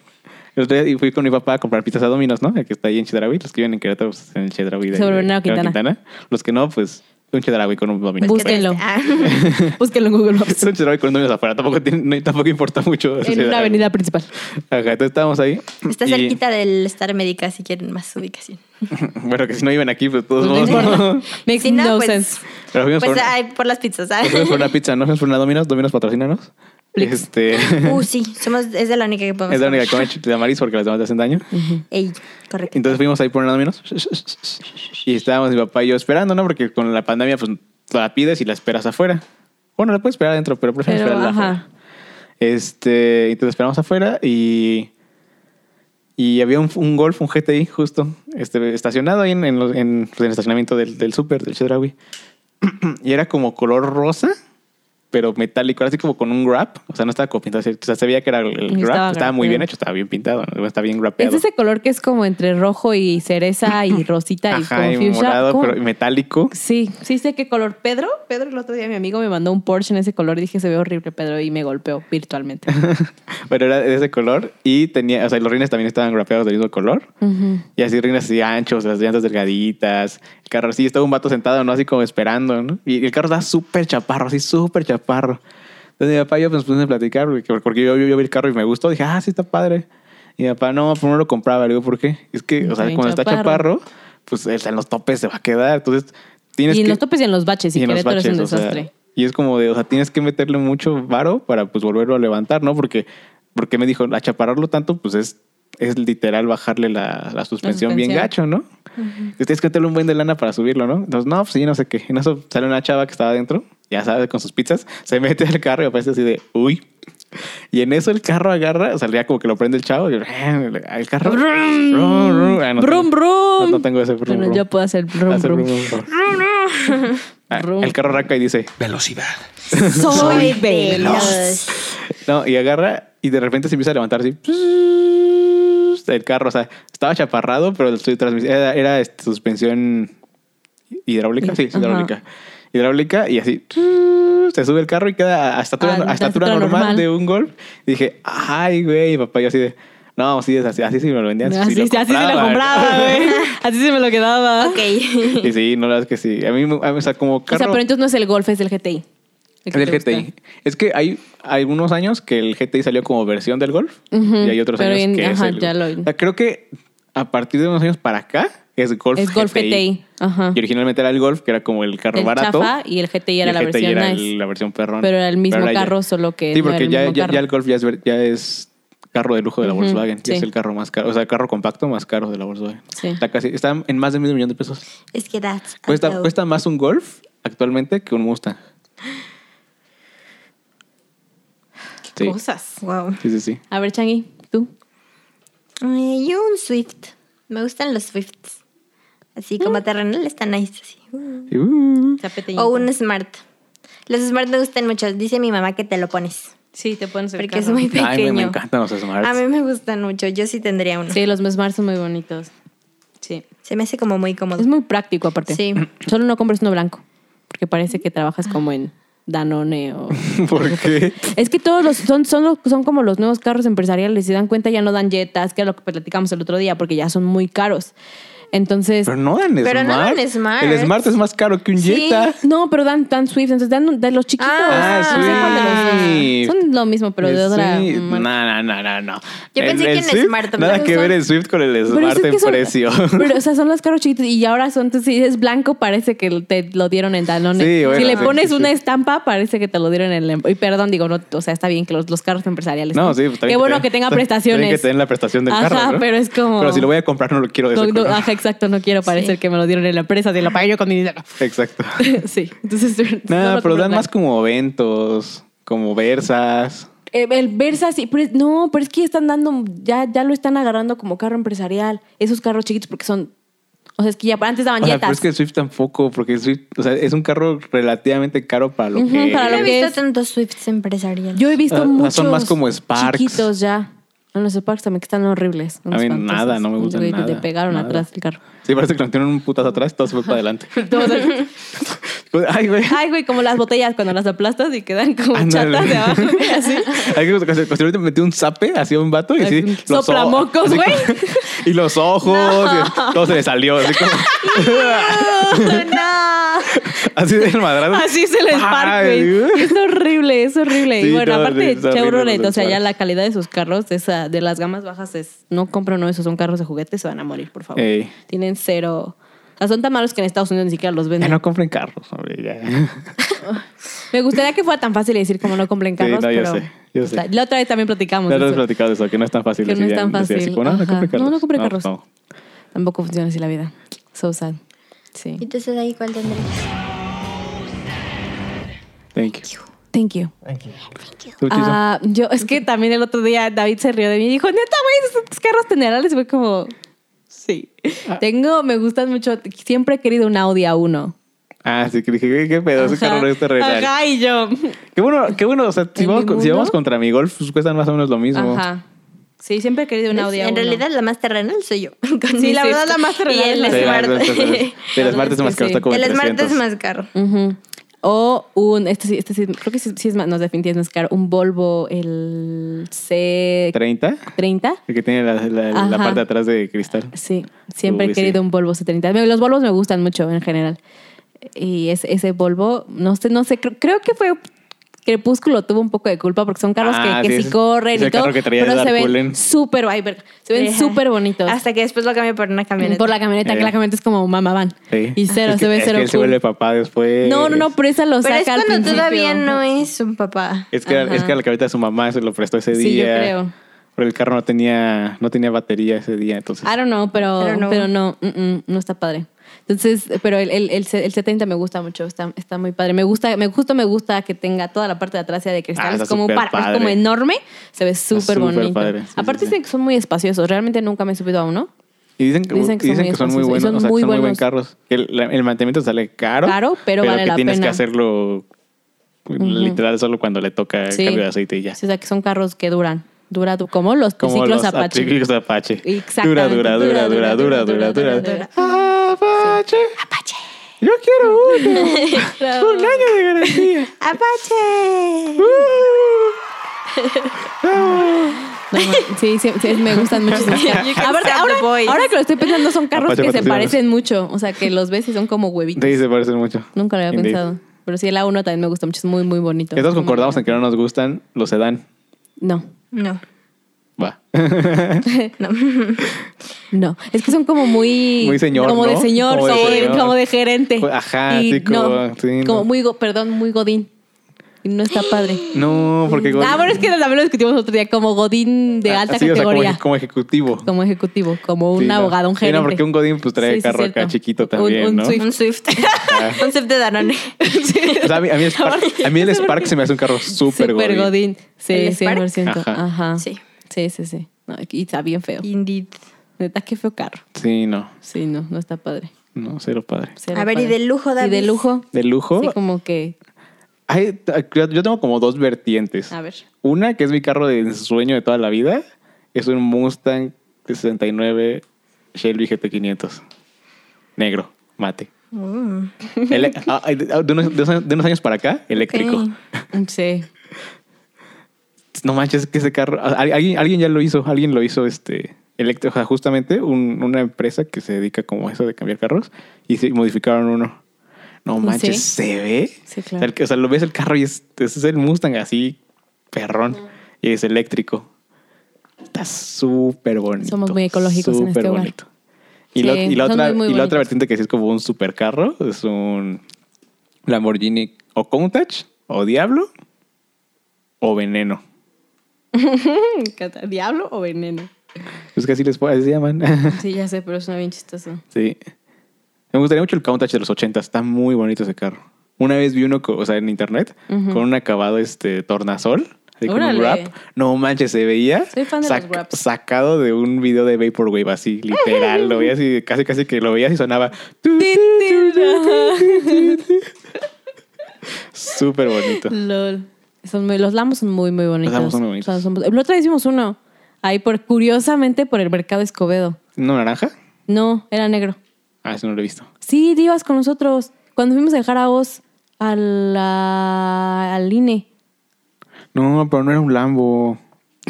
[SPEAKER 2] El otro día fui con mi papá a comprar pizzas a Dominos, ¿no? El que está ahí en Chedraui. Los que viven en Querétaro, pues, en el Chedraui. de-
[SPEAKER 3] Sobre
[SPEAKER 2] de
[SPEAKER 3] Bernardo
[SPEAKER 2] Carlos
[SPEAKER 3] Quintana.
[SPEAKER 2] Los que no, pues un Chedraui con un Domino's.
[SPEAKER 3] Busca- Búsquenlo.
[SPEAKER 4] Ah,
[SPEAKER 3] Búsquelo en Google Maps.
[SPEAKER 2] Es un Chedraui con un Domino's afuera. Tampoco, tiene- no- tampoco importa mucho. ese
[SPEAKER 3] En una
[SPEAKER 2] Chedraui.
[SPEAKER 3] avenida principal.
[SPEAKER 2] Ajá, entonces estábamos ahí.
[SPEAKER 4] Está
[SPEAKER 2] y-
[SPEAKER 4] cerquita del Star Médica si quieren más ubicación.
[SPEAKER 2] Bueno, que si no viven aquí, pues todos
[SPEAKER 3] Pues,
[SPEAKER 2] modos, ¿no?
[SPEAKER 3] Makes
[SPEAKER 4] Si no,
[SPEAKER 3] no
[SPEAKER 4] pues-
[SPEAKER 3] sense.
[SPEAKER 2] Pero fuimos por
[SPEAKER 4] Pues
[SPEAKER 2] una-
[SPEAKER 4] ay, por las pizzas. ah.
[SPEAKER 2] Nos fuimos por una pizza, ¿no? Fuimos por una Domino's, Domino's patrocínanos.
[SPEAKER 3] Please.
[SPEAKER 2] Este,
[SPEAKER 4] Uh, sí, somos, es de la única que podemos.
[SPEAKER 2] es la única que come
[SPEAKER 4] comer.
[SPEAKER 2] chile de amarillo porque las demás te hacen daño.
[SPEAKER 4] Ey, correcto.
[SPEAKER 2] Entonces fuimos ahí por una Domino's y estábamos mi papá y yo esperando, ¿no? Porque con la pandemia, pues la pides y la esperas afuera. Bueno, la puedes esperar adentro, pero prefiero
[SPEAKER 3] Pero,
[SPEAKER 2] esperarla afuera.
[SPEAKER 3] ajá.
[SPEAKER 2] Este, entonces esperamos afuera y. Y había un, un Golf, un GTI, justo, este, estacionado ahí en, en los- en- en el estacionamiento del, del súper, del Chedraui. y era como color rosa, pero metálico, era así como con un wrap. O sea, no estaba como pintado. así. O sea, se veía que era el, el wrap.
[SPEAKER 3] Estaba
[SPEAKER 2] Estaba, muy bien
[SPEAKER 3] grapeado.
[SPEAKER 2] hecho, estaba bien pintado, ¿no? estaba bien
[SPEAKER 3] Es
[SPEAKER 2] grapeado.
[SPEAKER 3] ese color que es como entre rojo y cereza y rosita y
[SPEAKER 2] Ajá,
[SPEAKER 3] como
[SPEAKER 2] y
[SPEAKER 3] fuchsia.
[SPEAKER 2] morado,
[SPEAKER 3] ¿Cómo?
[SPEAKER 2] pero metálico.
[SPEAKER 3] Sí, sí sé qué color. Pedro, Pedro el otro día mi amigo me mandó un Porsche en ese color y dije se ve horrible Pedro y me golpeó virtualmente.
[SPEAKER 2] Pero era de ese color y tenía, o sea, los rines también estaban grapeados del mismo color.
[SPEAKER 3] Ujú.
[SPEAKER 2] Y así rines así anchos, las llantas delgaditas. El carro así, estaba un vato sentado, ¿no? Así como esperando, ¿no? Y el carro estaba súper chaparro, así súper chaparro. Entonces mi papá y yo pues, nos pusimos a platicar porque, porque yo, yo- yo vi el carro y me gustó. Dije, ah, sí, está padre. Y mi papá, no, pues no lo compraba. Le digo, ¿por qué? Es que, o sea,
[SPEAKER 3] Está bien
[SPEAKER 2] cuando está
[SPEAKER 3] chaparro.
[SPEAKER 2] chaparro, pues o sea, en los topes se va a quedar. Entonces tienes
[SPEAKER 3] Y en
[SPEAKER 2] que...
[SPEAKER 3] los topes y en los baches y,
[SPEAKER 2] en los
[SPEAKER 3] Querétaro es un
[SPEAKER 2] baches, o sea,
[SPEAKER 3] desastre.
[SPEAKER 2] y es como de, o sea, tienes que meterle mucho varo para pues volverlo a levantar, ¿no? Porque, porque me dijo, achapararlo tanto, pues es, es literal bajarle la, la suspensión bien
[SPEAKER 3] suspensión.
[SPEAKER 2] gacho, ¿no? Entonces Tienes que meterle un buen de lana para subirlo, ¿no? Entonces, no, pues sí, no sé qué. En eso sale una chava que estaba adentro, ya sabe, con sus pizzas, se mete al carro y aparece así de, uy. Y en eso el carro agarra, o sea, ya como que lo prende el chavo, y el carro.
[SPEAKER 3] Brum.
[SPEAKER 2] Brum, brum. Ah, no
[SPEAKER 3] Brum,
[SPEAKER 2] tengo-
[SPEAKER 3] brum.
[SPEAKER 2] No, no tengo ese brum,
[SPEAKER 3] Bueno,
[SPEAKER 2] brum.
[SPEAKER 3] yo puedo hacer brum,
[SPEAKER 2] Hace
[SPEAKER 3] brum.
[SPEAKER 2] brum, brum, brum. Ah,
[SPEAKER 3] Brum.
[SPEAKER 2] El carro arranca y dice,
[SPEAKER 5] Velocidad.
[SPEAKER 3] Soy veloz.
[SPEAKER 4] veloz.
[SPEAKER 2] No, y agarra y de repente se empieza a levantar así. El carro, o sea, estaba chaparrado, pero su transmis- era, era, este, suspensión hidráulica. Sí,
[SPEAKER 3] Ajá.
[SPEAKER 2] hidráulica. Hidráulica y así se sube el carro y queda a estatura,
[SPEAKER 3] Ah,
[SPEAKER 2] a
[SPEAKER 3] la
[SPEAKER 2] estatura
[SPEAKER 3] estatura
[SPEAKER 2] normal,
[SPEAKER 3] normal.
[SPEAKER 2] de un golf. Y dije, ay, güey, papá, yo así de, no, sí, es así, así sí me lo vendían.
[SPEAKER 3] Así,
[SPEAKER 2] lo
[SPEAKER 3] así se lo
[SPEAKER 2] compraban".
[SPEAKER 3] compraba, güey. Así se me lo quedaba.
[SPEAKER 4] Ok.
[SPEAKER 2] Y sí, no, la verdad es que sí. A mí, me- a mí, o sea, como
[SPEAKER 3] O sea,
[SPEAKER 2] carro.
[SPEAKER 3] pero entonces no es el Golf, es el GTI. El
[SPEAKER 2] Es
[SPEAKER 3] que
[SPEAKER 2] del
[SPEAKER 3] te
[SPEAKER 2] GTI.
[SPEAKER 3] gusta.
[SPEAKER 2] Es que hay algunos años que el GTI salió como versión del Golf
[SPEAKER 3] Ujú,
[SPEAKER 2] y hay otros
[SPEAKER 3] pero
[SPEAKER 2] años
[SPEAKER 3] en-
[SPEAKER 2] que
[SPEAKER 3] ajá,
[SPEAKER 2] es el-
[SPEAKER 3] ya lo-
[SPEAKER 2] O sea, creo que a partir de unos años para acá es Golf
[SPEAKER 3] Es Golf GTI. Ajá.
[SPEAKER 2] Y originalmente era el Golf, que era como el carro
[SPEAKER 3] El
[SPEAKER 2] barato.
[SPEAKER 3] chafa y el GTI
[SPEAKER 2] y
[SPEAKER 3] era
[SPEAKER 2] el
[SPEAKER 3] la
[SPEAKER 2] GTI
[SPEAKER 3] versión
[SPEAKER 2] era
[SPEAKER 3] nice.
[SPEAKER 2] el- la versión perrón.
[SPEAKER 3] Pero era el mismo
[SPEAKER 2] ahora ya-
[SPEAKER 3] carro, solo que
[SPEAKER 2] Sí,
[SPEAKER 3] no era
[SPEAKER 2] porque
[SPEAKER 3] el
[SPEAKER 2] ya,
[SPEAKER 3] mismo
[SPEAKER 2] ya,
[SPEAKER 3] carro.
[SPEAKER 2] ya el Golf ya es, ver- ya es carro de lujo de la
[SPEAKER 3] Ujú,
[SPEAKER 2] Volkswagen. Ya es
[SPEAKER 3] sí.
[SPEAKER 2] el carro más caro. O sea, el carro compacto más caro de la Volkswagen.
[SPEAKER 3] Sí.
[SPEAKER 2] Está, casi, está en más de medio millón de pesos.
[SPEAKER 4] Es que that's a
[SPEAKER 2] Cuesta,
[SPEAKER 4] low.
[SPEAKER 2] cuesta más un Golf actualmente que un Mustang. Sí.
[SPEAKER 3] Cosas.
[SPEAKER 4] Wow.
[SPEAKER 2] Sí, sí, sí.
[SPEAKER 3] A ver, Changi, tú.
[SPEAKER 4] Eh, yo un Swift. Me gustan los Swifts. Así
[SPEAKER 3] Mm.
[SPEAKER 4] como terrenal, está nice. Así.
[SPEAKER 2] Y, uh,
[SPEAKER 4] O un smart. Los smart me gustan mucho. Dice mi mamá que te lo pones.
[SPEAKER 3] Sí, te pones el
[SPEAKER 4] Porque
[SPEAKER 3] carro.
[SPEAKER 4] es muy pequeño.
[SPEAKER 2] Ay, me, me encantan los smarts.
[SPEAKER 4] A mí me gustan mucho. Yo sí tendría uno.
[SPEAKER 3] Sí, los Mesmar son muy bonitos. Sí.
[SPEAKER 4] Se me hace como muy cómodo.
[SPEAKER 3] Es muy práctico aparte.
[SPEAKER 4] Sí.
[SPEAKER 3] Solo no compres uno blanco, porque parece que trabajas como en Danone o...
[SPEAKER 2] ¿Por qué?
[SPEAKER 3] Es que todos los son, son, los- son como los nuevos carros empresariales. Se dan cuenta, ya no dan jetas, que es lo que platicamos el otro día, porque ya son muy caros. Entonces,
[SPEAKER 2] Pero no dan Smart.
[SPEAKER 4] Pero no dan Smart.
[SPEAKER 2] El Smart es más caro que un
[SPEAKER 4] Sí.
[SPEAKER 2] Jetta.
[SPEAKER 3] no, pero dan, dan Swift, entonces dan de los chiquitos.
[SPEAKER 4] Ah,
[SPEAKER 3] No sé cuál de los-
[SPEAKER 2] Swift.
[SPEAKER 3] Son lo mismo, pero de otra.
[SPEAKER 2] Sí.
[SPEAKER 3] marca.
[SPEAKER 2] No, no, no, no, no.
[SPEAKER 4] Yo pensé que en
[SPEAKER 2] Swift,
[SPEAKER 4] Smart también
[SPEAKER 2] Nada que
[SPEAKER 4] usan.
[SPEAKER 2] ver el Swift con el
[SPEAKER 3] Pero
[SPEAKER 2] Smart
[SPEAKER 3] es que
[SPEAKER 2] en
[SPEAKER 3] son-
[SPEAKER 2] precio.
[SPEAKER 3] Pero, o sea, son los carros chiquitos y ahora son, entonces, si es blanco, parece que te lo dieron en talones.
[SPEAKER 2] Sí, bueno,
[SPEAKER 3] si le
[SPEAKER 2] sí,
[SPEAKER 3] pones
[SPEAKER 2] sí,
[SPEAKER 3] una
[SPEAKER 2] sí.
[SPEAKER 3] estampa, parece que te lo dieron en el. em-, Y perdón, digo, no, o sea, está bien que los, los carros empresariales.
[SPEAKER 2] No, sí, pues,
[SPEAKER 3] Qué
[SPEAKER 2] también
[SPEAKER 3] bueno
[SPEAKER 2] te-
[SPEAKER 3] que tenga
[SPEAKER 2] también
[SPEAKER 3] prestaciones.
[SPEAKER 2] que te den la prestación del
[SPEAKER 3] Ajá,
[SPEAKER 2] carro, ¿no?
[SPEAKER 3] pero es como.
[SPEAKER 2] Pero si lo voy a pues, comprar, no lo quiero de
[SPEAKER 3] no,
[SPEAKER 2] ese
[SPEAKER 3] no,
[SPEAKER 2] color.
[SPEAKER 3] Ajá, exacto, no quiero parecer que me lo dieron en la empresa, si lo pagué yo con mi dinero.
[SPEAKER 2] Exacto.
[SPEAKER 3] sí, entonces. no
[SPEAKER 2] Nada,
[SPEAKER 3] lo
[SPEAKER 2] pero dan
[SPEAKER 3] compro.
[SPEAKER 2] más como Ventos, como Versas.
[SPEAKER 3] Eh, el Versa sí, pero es- no, pero es que están dando, ya, ya lo están agarrando como carro empresarial, esos carros chiquitos porque son, o sea, es que ya antes daban
[SPEAKER 2] O sea,
[SPEAKER 3] jetas.
[SPEAKER 2] pero es que el Swift tampoco, porque el Swift, o sea, es un carro relativamente caro para lo
[SPEAKER 3] Ujú,
[SPEAKER 2] que.
[SPEAKER 3] para
[SPEAKER 4] No
[SPEAKER 3] lo
[SPEAKER 4] he
[SPEAKER 3] que
[SPEAKER 4] visto
[SPEAKER 3] es.
[SPEAKER 4] tantos Swifts empresariales.
[SPEAKER 3] Yo he visto
[SPEAKER 2] Ah,
[SPEAKER 3] muchos.
[SPEAKER 2] son más como Sparks.
[SPEAKER 3] Chiquitos ya. En los Sparks también que están horribles.
[SPEAKER 2] A mí nada, no me
[SPEAKER 3] gusta
[SPEAKER 2] gustan nada.
[SPEAKER 3] Que te pegaron
[SPEAKER 2] nada.
[SPEAKER 3] atrás del carro.
[SPEAKER 2] Sí, parece que lo tienen un putazo atrás, todo se fue para adelante. Pues,
[SPEAKER 3] Todos-
[SPEAKER 2] Ay, güey.
[SPEAKER 3] Ay, güey, como las botellas cuando las aplastas y quedan como
[SPEAKER 2] Ándale.
[SPEAKER 3] chatas de abajo. Así.
[SPEAKER 2] Hay que cuando metí un zape hacia un vato y así.
[SPEAKER 3] Un
[SPEAKER 2] los
[SPEAKER 3] soplamocos,
[SPEAKER 2] así
[SPEAKER 3] güey.
[SPEAKER 2] como- Y los ojos, y todo se le salió. Así como. Así del madrazo.
[SPEAKER 3] "Oh, Así es el Spark,
[SPEAKER 2] Ay,
[SPEAKER 3] güey. Es horrible, es horrible. y
[SPEAKER 2] Sí,
[SPEAKER 3] bueno,
[SPEAKER 2] no, sí,
[SPEAKER 3] aparte
[SPEAKER 2] es horrible
[SPEAKER 3] Chevrolet,
[SPEAKER 2] los
[SPEAKER 3] o sea, ya
[SPEAKER 2] Sparks.
[SPEAKER 3] la calidad de sus carros, esa, de las gamas bajas, es no compren uno de esos, son carros de juguetes, se van a morir, por favor.
[SPEAKER 2] Ey.
[SPEAKER 3] Tienen cero. O sea, son tan malos que en Estados Unidos ni siquiera los
[SPEAKER 2] Ya
[SPEAKER 3] venden.
[SPEAKER 2] no compren carros, hombre, ya.
[SPEAKER 3] Me gustaría que fuera tan fácil decir como no compren
[SPEAKER 2] Sí,
[SPEAKER 3] carros,
[SPEAKER 2] no, yo
[SPEAKER 3] pero
[SPEAKER 2] sé, yo sé.
[SPEAKER 3] o sea, la otra vez también platicamos.
[SPEAKER 2] Ya
[SPEAKER 3] de
[SPEAKER 2] hemos
[SPEAKER 3] eso.
[SPEAKER 2] platicado de eso, que no es tan fácil.
[SPEAKER 3] Que no
[SPEAKER 2] decir,
[SPEAKER 3] es
[SPEAKER 2] ya,
[SPEAKER 3] tan
[SPEAKER 2] decir así
[SPEAKER 3] fácil,
[SPEAKER 2] como, no, no
[SPEAKER 3] ajá.
[SPEAKER 2] compren carros. Ah,
[SPEAKER 3] No, no compren carros.
[SPEAKER 2] no.
[SPEAKER 3] Tampoco funciona así la vida. So sad. Sí.
[SPEAKER 4] Entonces ahí cuál tendrías.
[SPEAKER 2] Thank you.
[SPEAKER 3] Thank you.
[SPEAKER 2] Tú, Chizo.
[SPEAKER 3] Ah, yo, es que también el otro día David se rió de mí y dijo, neta, güey, esos carros generales. Fue como, sí. Tengo, me gustan mucho. Siempre he querido un Audi A1.
[SPEAKER 2] Ah, sí, que dije, ¿qué, qué pedo? Ese carro este no es terrenal.
[SPEAKER 3] Ajá, y yo.
[SPEAKER 2] Qué bueno, qué bueno. O sea, si
[SPEAKER 3] ¿En
[SPEAKER 2] vamos, con- si
[SPEAKER 3] ninguno?
[SPEAKER 2] vamos contra mi golf, pues cuestan más o menos lo mismo.
[SPEAKER 3] Ajá. Sí, siempre he querido un Audi A1.
[SPEAKER 4] Pues, En realidad la más terrenal soy yo. Con
[SPEAKER 3] Sí,
[SPEAKER 4] mi
[SPEAKER 3] la verdad,
[SPEAKER 4] Swift.
[SPEAKER 3] la más terrenal
[SPEAKER 4] Y el
[SPEAKER 3] es
[SPEAKER 2] Sí,
[SPEAKER 3] la
[SPEAKER 2] la
[SPEAKER 4] Smart.
[SPEAKER 2] verdad, entonces, De las martes
[SPEAKER 3] que
[SPEAKER 2] más que
[SPEAKER 3] sí.
[SPEAKER 2] está como en
[SPEAKER 4] el Smart es
[SPEAKER 2] 300.
[SPEAKER 4] más caro.
[SPEAKER 3] Ujú. O un, este sí, este sí, creo que sí, sí es más, nos definitivamente es más caro, un Volvo, el C30.
[SPEAKER 2] ¿30? El que tiene la, la- la
[SPEAKER 3] Ajá.
[SPEAKER 2] parte de atrás de cristal.
[SPEAKER 3] Sí, siempre
[SPEAKER 2] Uy,
[SPEAKER 3] he
[SPEAKER 2] sí.
[SPEAKER 3] querido un Volvo C30. Me- Los Volvos me gustan mucho en general. Y es- ese Volvo, no sé, no sé, creo, creo que fue Crepúsculo tuvo un poco de culpa porque son carros
[SPEAKER 2] Ah,
[SPEAKER 3] que, que
[SPEAKER 2] sí,
[SPEAKER 3] sí,
[SPEAKER 2] ese-
[SPEAKER 3] corren
[SPEAKER 2] ese
[SPEAKER 3] y todo,
[SPEAKER 2] carro que traía
[SPEAKER 3] pero se
[SPEAKER 2] Dark
[SPEAKER 3] ven
[SPEAKER 2] Cullen.
[SPEAKER 3] súper, ay, verga, se ven
[SPEAKER 4] Ajá.
[SPEAKER 3] súper bonitos. Mm,
[SPEAKER 4] Hasta que después lo cambié por una camioneta.
[SPEAKER 3] por la camioneta, que
[SPEAKER 2] Eh.
[SPEAKER 3] la camioneta es como mamá van.
[SPEAKER 2] Sí.
[SPEAKER 3] Y cero,
[SPEAKER 2] Es
[SPEAKER 3] se
[SPEAKER 2] que-
[SPEAKER 3] ve
[SPEAKER 2] es
[SPEAKER 3] cero.
[SPEAKER 2] que él se
[SPEAKER 3] cool.
[SPEAKER 2] vuelve papá después.
[SPEAKER 3] no, no, no, pero esa lo
[SPEAKER 4] Pero
[SPEAKER 3] saca
[SPEAKER 4] es
[SPEAKER 3] al
[SPEAKER 4] cuando
[SPEAKER 3] principio.
[SPEAKER 4] todavía no es un papá.
[SPEAKER 2] Es que, es que la camioneta de su mamá se lo prestó ese
[SPEAKER 3] Sí, yo
[SPEAKER 2] día.
[SPEAKER 3] creo.
[SPEAKER 2] Pero el carro no tenía, no tenía batería ese día, entonces.
[SPEAKER 3] I don't know, pero,
[SPEAKER 4] Pero no.
[SPEAKER 3] pero, no, mm, mm, no está padre. Entonces, pero el, el, el, C- el 70 me gusta mucho, está, está muy padre. Me gusta, me justo me gusta que tenga toda la parte de atrás sea de
[SPEAKER 2] Ah,
[SPEAKER 3] cristal.
[SPEAKER 2] está
[SPEAKER 3] es como un
[SPEAKER 2] súper
[SPEAKER 3] par- es
[SPEAKER 2] padre.
[SPEAKER 3] como enorme, se ve súper
[SPEAKER 2] súper
[SPEAKER 3] bonito.
[SPEAKER 2] padre, sí,
[SPEAKER 3] Aparte
[SPEAKER 2] sí, sí.
[SPEAKER 3] dicen que son muy espaciosos, realmente nunca me he subido a uno.
[SPEAKER 2] Y dicen que, dicen que son, muy,
[SPEAKER 3] espaciosos y
[SPEAKER 2] buenos,
[SPEAKER 3] son
[SPEAKER 2] o sea, que
[SPEAKER 3] muy
[SPEAKER 2] son muy buen
[SPEAKER 3] buenos.
[SPEAKER 2] carros. El, la- el mantenimiento sale caro,
[SPEAKER 3] Caro, pero vale
[SPEAKER 2] que
[SPEAKER 3] la
[SPEAKER 2] tienes que
[SPEAKER 3] pena.
[SPEAKER 2] hacerlo literal solo cuando le toca el
[SPEAKER 3] Sí.
[SPEAKER 2] cambio de aceite y ya.
[SPEAKER 3] Sí, o sea, que son carros que duran, dura du- como los
[SPEAKER 2] Como
[SPEAKER 3] triciclos
[SPEAKER 2] los
[SPEAKER 3] Apache.
[SPEAKER 2] triciclos Apache. Dura,
[SPEAKER 3] Exactamente.
[SPEAKER 2] dura, dura, dura, dura, dura, dura. Apache. Apache. Yo quiero uno. Un año de garantía.
[SPEAKER 4] ¡Apache!
[SPEAKER 3] No, no, sí, sí, sí, me gustan mucho esos carros.
[SPEAKER 4] You can
[SPEAKER 3] Aparte,
[SPEAKER 4] stop
[SPEAKER 3] ahora,
[SPEAKER 4] the boys.
[SPEAKER 3] ahora que lo estoy pensando, son carros
[SPEAKER 2] Apache
[SPEAKER 3] que se
[SPEAKER 2] patrocínanos.
[SPEAKER 3] parecen mucho. O sea, que los ves y son como huevitos.
[SPEAKER 2] Sí, se parecen mucho.
[SPEAKER 3] Nunca lo había
[SPEAKER 2] Indeed.
[SPEAKER 3] pensado. Pero sí, el A1 también me gusta mucho. Es muy, muy bonito.
[SPEAKER 2] Que todos concordamos en que no nos gustan los sedán.
[SPEAKER 3] No,
[SPEAKER 4] No.
[SPEAKER 2] Va.
[SPEAKER 3] no. Es que son como muy...
[SPEAKER 2] Muy señor,
[SPEAKER 3] Como de
[SPEAKER 2] ¿no?
[SPEAKER 3] señor, como,
[SPEAKER 2] Como de
[SPEAKER 3] de,
[SPEAKER 2] señor. Pues,
[SPEAKER 3] como de gerente.
[SPEAKER 2] Ajá,
[SPEAKER 3] Y
[SPEAKER 2] sí, como- sí, no.
[SPEAKER 3] como muy... go- Perdón, muy godín. Y no está padre.
[SPEAKER 2] No, porque.
[SPEAKER 3] Ah, bueno, es que también lo discutimos otro día. Como godín de
[SPEAKER 2] Ah,
[SPEAKER 3] alta
[SPEAKER 2] sí, o sea, como
[SPEAKER 3] categoría.
[SPEAKER 2] eje- como, ejecutivo.
[SPEAKER 3] como, ejecutivo, como
[SPEAKER 2] Sí,
[SPEAKER 3] un
[SPEAKER 2] no.
[SPEAKER 3] abogado, un
[SPEAKER 2] Sí, no,
[SPEAKER 3] gerente.
[SPEAKER 2] porque un godín, pues, trae carro acá
[SPEAKER 3] cierto.
[SPEAKER 2] chiquito
[SPEAKER 3] Un-
[SPEAKER 2] también,
[SPEAKER 3] un
[SPEAKER 2] ¿no?
[SPEAKER 3] Swift.
[SPEAKER 4] Un Swift.
[SPEAKER 2] Ah.
[SPEAKER 4] un Swift de Danone.
[SPEAKER 2] O sea, a mí, a mí el Spark, a mí el Spark se me hace un carro súper
[SPEAKER 3] Super godín.
[SPEAKER 2] godín.
[SPEAKER 3] Sí,
[SPEAKER 4] ¿El Spark?
[SPEAKER 3] 100%.
[SPEAKER 2] Ajá.
[SPEAKER 3] Ajá.
[SPEAKER 4] Sí.
[SPEAKER 3] Sí, sí, sí. No, y está bien feo.
[SPEAKER 4] Indeed.
[SPEAKER 3] Neta, qué feo carro.
[SPEAKER 2] Sí, no.
[SPEAKER 3] Sí, no, no está padre.
[SPEAKER 2] No, cero padre.
[SPEAKER 3] Cero
[SPEAKER 4] A ver, y
[SPEAKER 3] padre.
[SPEAKER 4] de lujo, David.
[SPEAKER 3] Y de lujo.
[SPEAKER 2] De lujo.
[SPEAKER 3] Sí, como que.
[SPEAKER 2] Hay- yo tengo como dos vertientes.
[SPEAKER 3] A ver.
[SPEAKER 2] Una, que es mi carro de ensueño de toda la vida, es un Mustang de 69 Shelby GT500. Negro, mate.
[SPEAKER 3] Mm.
[SPEAKER 2] Ele- ah, ah, de, unos, de unos- de unos años para acá, eléctrico.
[SPEAKER 4] Ok.
[SPEAKER 3] Sí.
[SPEAKER 2] No manches, que ese carro. al- Alguien, alguien ya lo hizo, alguien lo hizo este eléctrico. O sea, justamente un- una empresa que se dedica como a eso de cambiar carros y se modificaron uno. No manches, se ve.
[SPEAKER 3] Sí,
[SPEAKER 2] O
[SPEAKER 3] claro.
[SPEAKER 2] sea, el que- O sea, lo ves el carro y es, ese es el Mustang así, perrón. Y es eléctrico. Está súper bonito.
[SPEAKER 3] Somos muy ecológicos en este
[SPEAKER 2] súper
[SPEAKER 3] hogar.
[SPEAKER 2] bonito. Y, la-
[SPEAKER 3] Sí,
[SPEAKER 2] y la
[SPEAKER 3] son
[SPEAKER 2] otra,
[SPEAKER 3] muy, muy
[SPEAKER 2] y la
[SPEAKER 3] bonitos.
[SPEAKER 2] otra vertiente que sí es como un supercarro es un Lamborghini o Countach o Diablo o Veneno.
[SPEAKER 3] Me encanta. ¿Diablo o veneno?
[SPEAKER 2] Es que así les así se llaman.
[SPEAKER 3] Sí, ya sé, pero es una bien chistoso.
[SPEAKER 2] sí. Me gustaría mucho el Countach de los 80. Está muy bonito ese carro. Una vez vi uno, co- o sea, en internet,
[SPEAKER 3] Ujú.
[SPEAKER 2] con un acabado este tornasol. Así con un
[SPEAKER 3] Órale.
[SPEAKER 2] wrap. No manches, se veía
[SPEAKER 3] Soy fan de los wraps.
[SPEAKER 2] sacado de un video de Vaporwave, así, literal. lo veías y casi, casi que lo veías y sonaba súper bonito.
[SPEAKER 3] LOL. Son muy- los lamos son muy, muy bonitos.
[SPEAKER 2] Los lamos son muy bonitos.
[SPEAKER 3] O sea, son- la otra vez vimos uno. Ahí, por, curiosamente, por el mercado Escobedo.
[SPEAKER 2] ¿No naranja?
[SPEAKER 3] No, era negro.
[SPEAKER 2] Ah, eso no lo he visto.
[SPEAKER 3] Sí, te ibas con nosotros. Cuando fuimos a dejar a Oz a la- al E. INE.
[SPEAKER 2] No, pero no era un Lambo.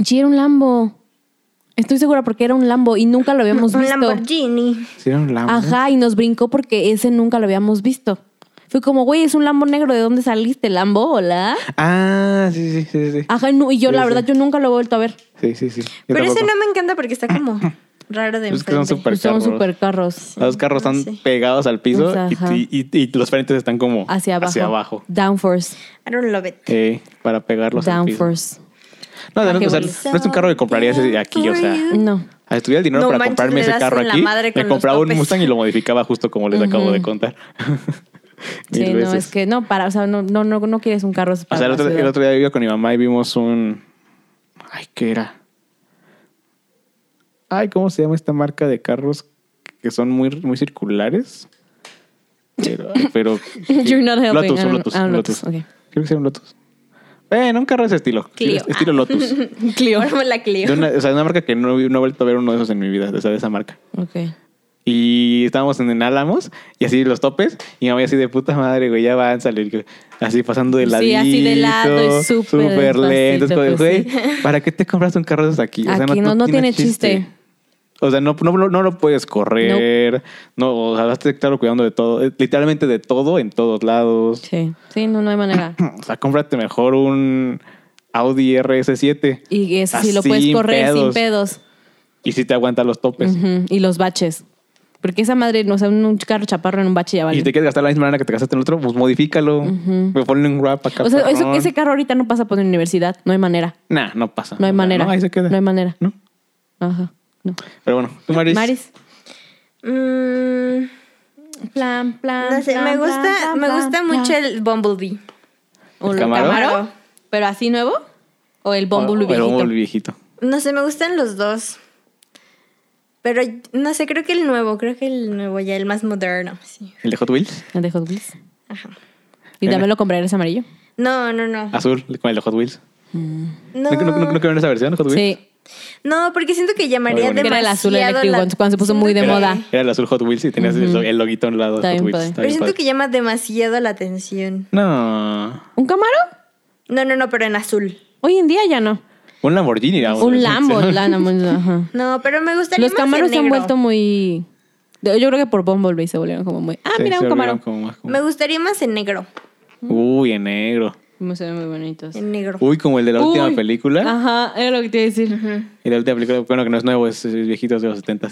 [SPEAKER 3] Sí, era un Lambo. Estoy segura porque era un Lambo y nunca lo habíamos
[SPEAKER 4] Un
[SPEAKER 3] visto.
[SPEAKER 4] Lamborghini.
[SPEAKER 2] Sí, era un Lambo.
[SPEAKER 3] Ajá, y nos brincó porque ese nunca lo habíamos visto. Fue como, güey, es un Lambo negro, ¿de dónde saliste, Lambo? Hola.
[SPEAKER 2] Ah, sí, sí, sí, sí.
[SPEAKER 3] Ajá, no, y yo
[SPEAKER 2] Sí,
[SPEAKER 3] la
[SPEAKER 2] sí.
[SPEAKER 3] verdad, yo nunca lo he vuelto a ver.
[SPEAKER 2] Sí, sí, sí. Yo
[SPEAKER 4] Pero ese
[SPEAKER 2] tampoco.
[SPEAKER 4] no me encanta porque está como raro de
[SPEAKER 2] Es que son
[SPEAKER 4] enfrente.
[SPEAKER 2] súper
[SPEAKER 3] Pues Son
[SPEAKER 2] carros.
[SPEAKER 3] super carros.
[SPEAKER 2] Los carros están
[SPEAKER 4] Sí.
[SPEAKER 2] pegados al piso
[SPEAKER 3] Pues,
[SPEAKER 2] y-
[SPEAKER 3] ajá.
[SPEAKER 2] y, y- y los frentes están como
[SPEAKER 3] Hacia abajo.
[SPEAKER 2] hacia abajo.
[SPEAKER 3] Downforce.
[SPEAKER 4] I don't love it.
[SPEAKER 2] Eh, para pegarlos al piso.
[SPEAKER 3] Downforce.
[SPEAKER 2] No, no,
[SPEAKER 3] Ah, qué
[SPEAKER 2] o sea,
[SPEAKER 3] bonito.
[SPEAKER 2] no es un carro que comprarías aquí, o sea.
[SPEAKER 3] No.
[SPEAKER 2] Si tuviera el dinero
[SPEAKER 4] No
[SPEAKER 2] para
[SPEAKER 4] manches,
[SPEAKER 2] comprarme
[SPEAKER 4] le
[SPEAKER 2] ese
[SPEAKER 4] das
[SPEAKER 2] carro
[SPEAKER 4] en la
[SPEAKER 2] aquí,
[SPEAKER 4] madre
[SPEAKER 2] me
[SPEAKER 4] con los
[SPEAKER 2] compraba un
[SPEAKER 4] topes.
[SPEAKER 2] Mustang y lo modificaba justo como les acabo de contar. Mil
[SPEAKER 3] Sí, no,
[SPEAKER 2] veces.
[SPEAKER 3] es que no, para, o sea, no, no, no, no quieres un carro
[SPEAKER 2] O
[SPEAKER 3] para
[SPEAKER 2] sea, el
[SPEAKER 3] la
[SPEAKER 2] otro, el
[SPEAKER 3] ciudad.
[SPEAKER 2] otro día iba con mi mamá y vimos un... Ay, ¿qué era? Ay, ¿cómo se llama esta marca de carros que son muy, muy circulares? Pero... pero
[SPEAKER 3] You're not helping.
[SPEAKER 2] Lotus,
[SPEAKER 3] Ah,
[SPEAKER 2] un
[SPEAKER 3] no,
[SPEAKER 2] Lotus,
[SPEAKER 3] ah,
[SPEAKER 2] un
[SPEAKER 3] un
[SPEAKER 2] Lotus.
[SPEAKER 3] Lotus, ok.
[SPEAKER 2] Creo que sea un Lotus. Bueno, un carro de ese estilo.
[SPEAKER 4] Clio.
[SPEAKER 2] Estilo- Estilo Lotus.
[SPEAKER 3] Clio.
[SPEAKER 4] Ahora me la
[SPEAKER 2] De
[SPEAKER 4] Clio.
[SPEAKER 2] una, o sea, de una marca que no, he- no he vuelto a ver uno de esos en mi vida, o sea, de esa marca.
[SPEAKER 3] Ok.
[SPEAKER 2] Y estábamos en el Álamos y así los topes. Y mi mamá así de puta madre, güey, ya avanza. le digo, Así pasando de ladito.
[SPEAKER 3] Sí, así de lado y súper
[SPEAKER 2] Súper lento. Es como de,
[SPEAKER 3] despacito,
[SPEAKER 2] güey,
[SPEAKER 3] pues,
[SPEAKER 2] ¿para qué te compras un carro de esos aquí?
[SPEAKER 3] Aquí no- no tiene chiste.
[SPEAKER 2] O sea, no, no, no, no lo puedes correr. No, o sea, vas a estar cuidando de todo. eh, Literalmente de todo en todos lados.
[SPEAKER 3] Sí. Sí, no, no hay manera.
[SPEAKER 2] O sea, cómprate mejor un Audi RS7.
[SPEAKER 3] Y eso sí lo
[SPEAKER 2] Así,
[SPEAKER 3] puedes
[SPEAKER 2] Ah, sin
[SPEAKER 3] correr sin
[SPEAKER 2] pedos. Pues
[SPEAKER 3] pedos.
[SPEAKER 2] Y si te aguanta los topes.
[SPEAKER 3] Ujú, Y los baches. Porque esa madre, no, o sea, un un carro chaparro en un bache ya
[SPEAKER 2] Y
[SPEAKER 3] vale.
[SPEAKER 2] si te quieres gastar la misma lana que te gastaste en el otro, pues modifícalo. Pues Ponle un wrap acá.
[SPEAKER 3] O sea, eso-
[SPEAKER 2] perrón.
[SPEAKER 3] ese carro ahorita no pasa por la universidad. No hay manera.
[SPEAKER 2] Nah, no pasa.
[SPEAKER 3] No hay
[SPEAKER 2] O sea,
[SPEAKER 3] manera.
[SPEAKER 2] Ah, No, ahí se queda. Pues,
[SPEAKER 3] No hay manera.
[SPEAKER 2] ¿No?
[SPEAKER 3] Ajá. No.
[SPEAKER 2] Pero bueno, tú, Maris.
[SPEAKER 3] Maris.
[SPEAKER 4] Mm,
[SPEAKER 3] Plan, plan.
[SPEAKER 4] no sé, me gusta, me gusta mucho el Bumblebee.
[SPEAKER 3] ¿O
[SPEAKER 2] ¿El
[SPEAKER 3] el
[SPEAKER 2] Camaro?
[SPEAKER 3] Camaro? ¿Pero así nuevo? ¿O el Bumblebee
[SPEAKER 2] Pero
[SPEAKER 3] Ah, viejito?
[SPEAKER 2] Bumblebee viejito.
[SPEAKER 4] No sé, me gustan los dos. Pero no sé, creo que el nuevo, creo que el nuevo ya, el más moderno. sí.
[SPEAKER 2] El de Hot Wheels.
[SPEAKER 3] El de Hot Wheels.
[SPEAKER 4] Ajá.
[SPEAKER 3] Y
[SPEAKER 2] Mira.
[SPEAKER 3] también lo comprarías amarillo.
[SPEAKER 4] No, no,
[SPEAKER 3] Ah.
[SPEAKER 4] no.
[SPEAKER 2] Azul, con el de Hot Wheels.
[SPEAKER 4] No,
[SPEAKER 2] ¿Nunca, nunca, nunca vieron esa versión, Hot Wheels?
[SPEAKER 3] Sí.
[SPEAKER 4] no, porque siento que llamaría
[SPEAKER 2] Muy bonito.
[SPEAKER 4] demasiado.
[SPEAKER 3] Era el azul eléctrico
[SPEAKER 4] la-
[SPEAKER 3] cuando- cuando se puso muy de
[SPEAKER 4] siento
[SPEAKER 2] Era,
[SPEAKER 4] que-
[SPEAKER 3] moda.
[SPEAKER 2] Era el azul Hot Wheels y tenías el, lo- el loguito a un lado de
[SPEAKER 3] Está
[SPEAKER 2] Hot
[SPEAKER 3] bien
[SPEAKER 2] Wheels.
[SPEAKER 3] padre.
[SPEAKER 2] Está
[SPEAKER 4] Pero
[SPEAKER 2] bien
[SPEAKER 4] siento
[SPEAKER 2] padre.
[SPEAKER 4] que llama demasiado la atención.
[SPEAKER 2] No.
[SPEAKER 3] ¿Un Camaro?
[SPEAKER 4] No, no, no, pero en azul.
[SPEAKER 3] Hoy en día ya no.
[SPEAKER 2] Un Lamborghini. era
[SPEAKER 3] Un Lambo. la- la- ajá.
[SPEAKER 4] No, pero me gustaría
[SPEAKER 3] Los
[SPEAKER 4] más en
[SPEAKER 3] Camaros se han
[SPEAKER 4] negro.
[SPEAKER 3] vuelto muy... Yo creo que por Bumblebee se volvieron como muy... Ah,
[SPEAKER 2] Sí,
[SPEAKER 3] mira,
[SPEAKER 2] se
[SPEAKER 3] un
[SPEAKER 2] volvieron
[SPEAKER 3] Camaro.
[SPEAKER 2] como más como-
[SPEAKER 4] Me gustaría más en negro.
[SPEAKER 2] Uy, en negro.
[SPEAKER 3] Como Se ven muy bonitos.
[SPEAKER 4] En negro.
[SPEAKER 2] Uy, como el de la última
[SPEAKER 3] Uy. Ah.
[SPEAKER 2] película.
[SPEAKER 3] Ajá, era lo que te iba a decir.
[SPEAKER 2] Y la última película, bueno, que no es nuevo, es, es viejito, es de los 70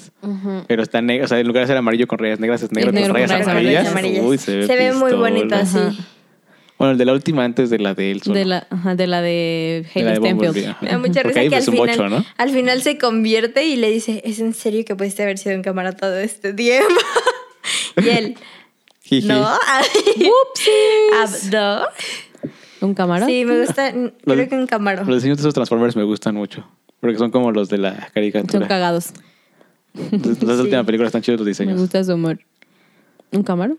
[SPEAKER 2] Pero está negro, o sea, en lugar de ser amarillo con rayas negras, es negro,
[SPEAKER 3] Es negro
[SPEAKER 2] con rayas
[SPEAKER 3] con rayas
[SPEAKER 2] amarillas.
[SPEAKER 4] amarillas.
[SPEAKER 2] Uy, se ve,
[SPEAKER 4] muy
[SPEAKER 2] pistola.
[SPEAKER 4] bonito así.
[SPEAKER 2] Bueno, el de la última antes de la de él. solo.
[SPEAKER 3] De la, ajá, de la de
[SPEAKER 2] De
[SPEAKER 3] Haley
[SPEAKER 2] la de Bumblebee,
[SPEAKER 3] Stenfield.
[SPEAKER 2] ajá.
[SPEAKER 4] Me da mucha
[SPEAKER 2] Porque
[SPEAKER 4] risa
[SPEAKER 2] ahí
[SPEAKER 4] que al
[SPEAKER 2] es pues un
[SPEAKER 4] final,
[SPEAKER 2] bocho, ¿no?
[SPEAKER 4] al final se convierte y le dice, ¿es en serio que pudiste haber sido un cámara todo este tiempo? y él,
[SPEAKER 2] Jiji.
[SPEAKER 4] ¿no?
[SPEAKER 3] ¡Upsis!
[SPEAKER 4] Ab- ¿No?
[SPEAKER 3] ¿Un Camaro?
[SPEAKER 4] Sí, me gusta, n-
[SPEAKER 2] Los-
[SPEAKER 4] creo que un cámara.
[SPEAKER 2] Los diseños de esos Transformers me gustan mucho. Porque son como los de la
[SPEAKER 3] Son
[SPEAKER 2] caricatura.
[SPEAKER 3] cagados.
[SPEAKER 2] Entonces, Las de la última película están chidos los
[SPEAKER 3] Me
[SPEAKER 2] diseños.
[SPEAKER 3] gusta su humor. ¿Un camaro?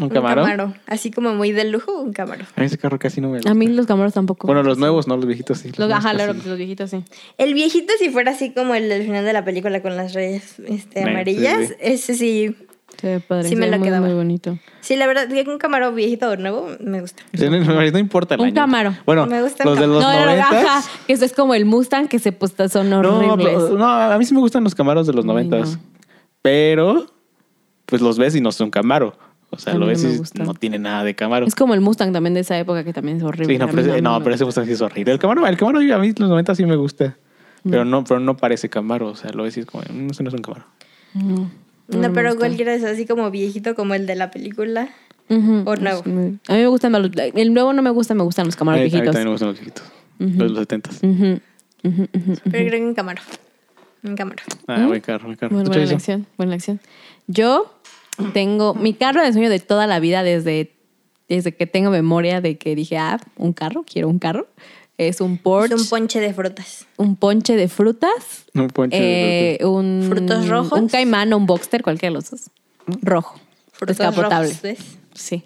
[SPEAKER 2] ¿Un camaro?
[SPEAKER 4] Así como muy de lujo, un camaro.
[SPEAKER 2] A mí ese carro casi no me gusta.
[SPEAKER 3] A mí los camaros tampoco.
[SPEAKER 2] Bueno, los nuevos, no, los viejitos sí.
[SPEAKER 3] los,
[SPEAKER 2] nuevos
[SPEAKER 3] ajá,
[SPEAKER 2] casi
[SPEAKER 3] los,
[SPEAKER 2] no.
[SPEAKER 3] los viejitos sí.
[SPEAKER 4] El viejito, si fuera así como el del final de la película con las rayas este,
[SPEAKER 2] Sí,
[SPEAKER 4] amarillas,
[SPEAKER 2] sí, sí.
[SPEAKER 4] ese sí.
[SPEAKER 3] Se ve padre.
[SPEAKER 4] Sí me
[SPEAKER 3] se ve
[SPEAKER 4] la
[SPEAKER 3] muy,
[SPEAKER 4] quedaba.
[SPEAKER 3] Muy bonito.
[SPEAKER 4] Sí, la verdad, que un camaro viejito o nuevo me gusta.
[SPEAKER 2] Sí, No, no importa el
[SPEAKER 3] Un
[SPEAKER 2] año.
[SPEAKER 3] Camaro.
[SPEAKER 2] Bueno,
[SPEAKER 4] Me gusta
[SPEAKER 2] los
[SPEAKER 4] un
[SPEAKER 2] de
[SPEAKER 4] Camaro.
[SPEAKER 2] los
[SPEAKER 3] no, pero, ajá,
[SPEAKER 2] noventas.
[SPEAKER 3] que eso es como el Mustang que se posta, son
[SPEAKER 2] No,
[SPEAKER 3] horribles.
[SPEAKER 2] pero- no, a mí sí me gustan los camaros de los
[SPEAKER 3] Ay,
[SPEAKER 2] noventas.
[SPEAKER 3] no.
[SPEAKER 2] Pero, pues los ves y no son camaro. O sea,
[SPEAKER 3] A mí
[SPEAKER 2] lo
[SPEAKER 3] no
[SPEAKER 2] ves
[SPEAKER 3] me
[SPEAKER 2] y
[SPEAKER 3] gusta.
[SPEAKER 2] no tiene nada de camaro.
[SPEAKER 3] Es como el Mustang también de esa época que también es horrible.
[SPEAKER 2] Sí, no,
[SPEAKER 3] A mí
[SPEAKER 2] pero, ese-
[SPEAKER 3] no
[SPEAKER 2] no,
[SPEAKER 3] me
[SPEAKER 2] pero ese Mustang sí es horrible. El Camaro, el Camaro a mí los 90 sí me gusta.
[SPEAKER 3] Mm.
[SPEAKER 2] Pero no, pero no parece Camaro. O sea, lo ves y es como, "Mm, no sé, no es un Camaro.
[SPEAKER 3] gusta. No,
[SPEAKER 4] No,
[SPEAKER 3] me
[SPEAKER 4] pero
[SPEAKER 3] gusta.
[SPEAKER 4] cualquiera es así como viejito, como el de la película.
[SPEAKER 3] Ujú.
[SPEAKER 4] o nuevo.
[SPEAKER 3] Es muy- A mí me gustan los- el nuevo no me gusta, me gustan los
[SPEAKER 2] A mí,
[SPEAKER 3] camaros
[SPEAKER 2] a mí
[SPEAKER 3] viejitos.
[SPEAKER 2] también me gustan los viejitos. Los de los 70
[SPEAKER 3] Ujú, ujú, ujú.
[SPEAKER 4] Pero creo que un camaro. Un camaro.
[SPEAKER 2] Ah, buen carro, buen carro.
[SPEAKER 3] Muy buena
[SPEAKER 2] ¿Tú traes eso?
[SPEAKER 3] elección, buena elección. Yo tengo mi carro de sueño de toda la vida desde, desde que tengo memoria de que dije, ah, un carro, quiero un carro. Es un Porsche,
[SPEAKER 4] Es un ponche de frutas.
[SPEAKER 3] un ponche de frutas,
[SPEAKER 2] Un ponche de
[SPEAKER 3] eh, un
[SPEAKER 4] ¿Frutos rojos?
[SPEAKER 3] un caimán o un boxster, cualquiera de los dos. Rojo.
[SPEAKER 4] Frutos
[SPEAKER 3] descapotable.
[SPEAKER 4] rojos, ¿ves?
[SPEAKER 3] Sí.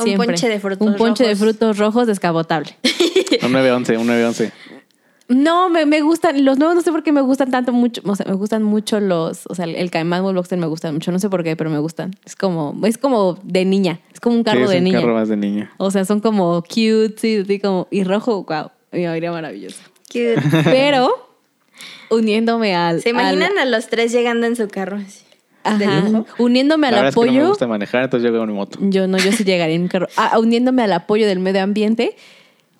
[SPEAKER 4] Un
[SPEAKER 3] Siempre.
[SPEAKER 4] ponche de frutos
[SPEAKER 3] Un ponche
[SPEAKER 4] rojos.
[SPEAKER 3] de frutos rojos descapotable.
[SPEAKER 2] Un 911, un 911.
[SPEAKER 3] No, me, me gustan, los nuevos no sé por qué me gustan tanto mucho, o sea, me gustan mucho los, o sea, el Caimán o el Boxster me gustan mucho, no sé por qué, pero me gustan. Es como, es como de niña, es como un carro
[SPEAKER 2] Sí,
[SPEAKER 3] de
[SPEAKER 2] es un
[SPEAKER 3] niña.
[SPEAKER 2] carro más de niña.
[SPEAKER 3] O sea, son como cute, sí, así como, y rojo, wow, me iría maravilloso.
[SPEAKER 4] Cute.
[SPEAKER 3] Pero, uniéndome al...
[SPEAKER 4] ¿Se imaginan
[SPEAKER 3] al-
[SPEAKER 4] a los tres llegando en su carro? así? de
[SPEAKER 3] ajá,
[SPEAKER 4] lujo?
[SPEAKER 3] uniéndome
[SPEAKER 2] La
[SPEAKER 3] al
[SPEAKER 2] verdad es que no me
[SPEAKER 3] apoyo...
[SPEAKER 2] gusta manejar, entonces yo veo una moto.
[SPEAKER 3] Yo no, yo sí llegaría en un carro. Ah, uniéndome al apoyo del medio ambiente,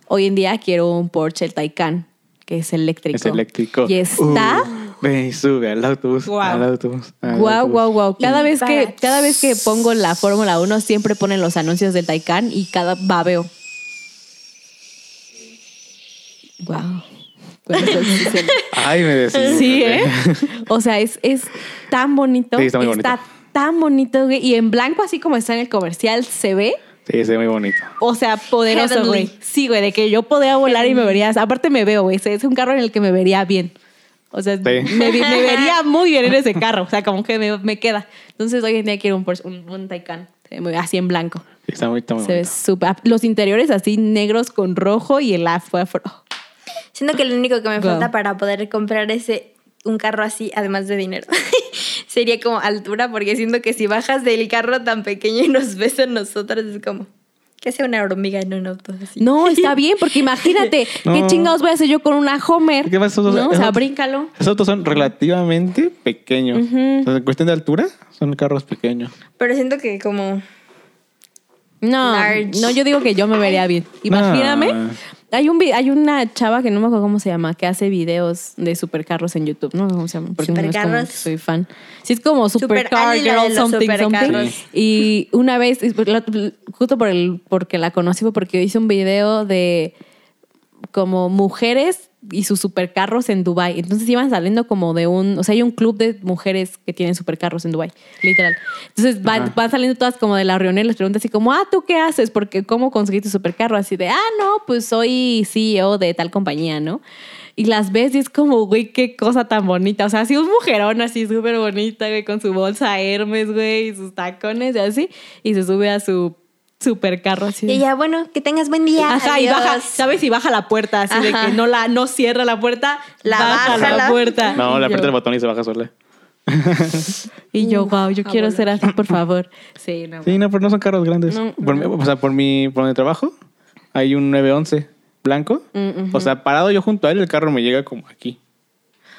[SPEAKER 3] hoy en día quiero un Porsche, el Taycan, que es eléctrico.
[SPEAKER 2] Es eléctrico.
[SPEAKER 3] Y está...
[SPEAKER 2] Uh, ven y sube al autobús. Al autobús. al
[SPEAKER 3] Guau,
[SPEAKER 2] autobús.
[SPEAKER 3] guau, guau. Cada
[SPEAKER 4] Y
[SPEAKER 3] vez
[SPEAKER 4] para-
[SPEAKER 3] que cada vez que pongo la Fórmula 1 siempre ponen los anuncios del Taycan y cada babeo. Guau. Bueno, eso sí se-
[SPEAKER 2] Ay, me decís.
[SPEAKER 3] Sí, ¿eh? O sea, es, es tan bonito.
[SPEAKER 2] Sí, está muy bonito.
[SPEAKER 3] tan bonito, güey. Y en blanco, así como está en el comercial, se ve.
[SPEAKER 2] Sí, se ve muy bonito.
[SPEAKER 3] O sea, poderoso,
[SPEAKER 4] Heavenly.
[SPEAKER 3] güey. Sí, güey, de que yo podía volar y me verías. Aparte me veo, güey. Ese Es un carro en el que me vería bien. O sea, me, vi- me vería muy bien en ese carro. O sea, como que me, me queda. Entonces hoy en día quiero un Porsche, un, un Taycan. Se ve muy- Así en blanco.
[SPEAKER 2] Sí, Está muy, está muy
[SPEAKER 3] Se ve
[SPEAKER 2] bonito.
[SPEAKER 3] súper. Los interiores así negros con rojo y el afuera.
[SPEAKER 4] Siento que lo único que me
[SPEAKER 3] Guau.
[SPEAKER 4] falta para poder comprar ese un carro así, además de dinero, sería como altura, porque siento que si bajas del carro tan pequeño y nos ves a nosotras, es como que sea una hormiga en un auto. Así.
[SPEAKER 3] No, está bien, porque imagínate qué
[SPEAKER 2] No.
[SPEAKER 3] chingados voy a hacer yo con una Homer.
[SPEAKER 2] ¿Qué más? Esos-
[SPEAKER 3] ¿No? O sea,
[SPEAKER 2] esos-
[SPEAKER 3] bríncalo.
[SPEAKER 2] Esos autos son relativamente pequeños. O sea, en cuestión de altura, son carros pequeños.
[SPEAKER 4] Pero siento que como...
[SPEAKER 3] No,
[SPEAKER 4] Large.
[SPEAKER 3] no, yo digo que yo me vería bien. Imagíname.
[SPEAKER 2] Nah.
[SPEAKER 3] Hay un vi- hay una chava que no me acuerdo cómo se llama, que hace videos de supercarros en YouTube. No me acuerdo cómo se llama, porque no es como
[SPEAKER 4] Supercarros.
[SPEAKER 3] que soy fan. Sí, es como supercar
[SPEAKER 4] Ali, la de
[SPEAKER 3] girl
[SPEAKER 4] los
[SPEAKER 3] something something.
[SPEAKER 4] supercarros.
[SPEAKER 3] Y una vez, es por- la- justo por el, porque la conocí, fue porque hice un video de como mujeres y sus supercarros en Dubai. Entonces iban saliendo como de un, o sea, hay un club de mujeres que tienen supercarros en Dubai, literal. Entonces van, van saliendo todas como de la reunión y les preguntan así como, ah, ¿tú qué haces? Porque cómo conseguiste tu supercarro, así de, ah, no, pues soy CEO de tal compañía, ¿no? Y las ves y es como, güey, qué cosa tan bonita. O sea, así un mujerón así súper bonita, güey, con su bolsa Hermes, güey, y sus tacones y así. Y se sube a su supercarro así. de-
[SPEAKER 4] Y ya, bueno, que tengas buen día.
[SPEAKER 3] Ajá, y
[SPEAKER 4] adiós".
[SPEAKER 3] baja, ¿sabes? Y baja la puerta, así
[SPEAKER 4] Ajá.
[SPEAKER 3] de que no la no cierra la puerta,
[SPEAKER 4] La
[SPEAKER 3] baja,
[SPEAKER 4] baja
[SPEAKER 3] la
[SPEAKER 4] la-
[SPEAKER 3] puerta.
[SPEAKER 2] No,
[SPEAKER 3] Y
[SPEAKER 2] le aprieta
[SPEAKER 3] yo-
[SPEAKER 2] el botón y se baja sola.
[SPEAKER 3] Y yo, wow, yo
[SPEAKER 4] Ah,
[SPEAKER 3] quiero
[SPEAKER 4] bueno.
[SPEAKER 3] ser así, por favor. Sí, no.
[SPEAKER 2] Sí, no, pero no son carros grandes.
[SPEAKER 3] No,
[SPEAKER 2] Por mi- o sea, por mi, por mi trabajo hay un 911 blanco.
[SPEAKER 3] Mm,
[SPEAKER 2] O sea, parado yo junto a él, el carro me llega como aquí.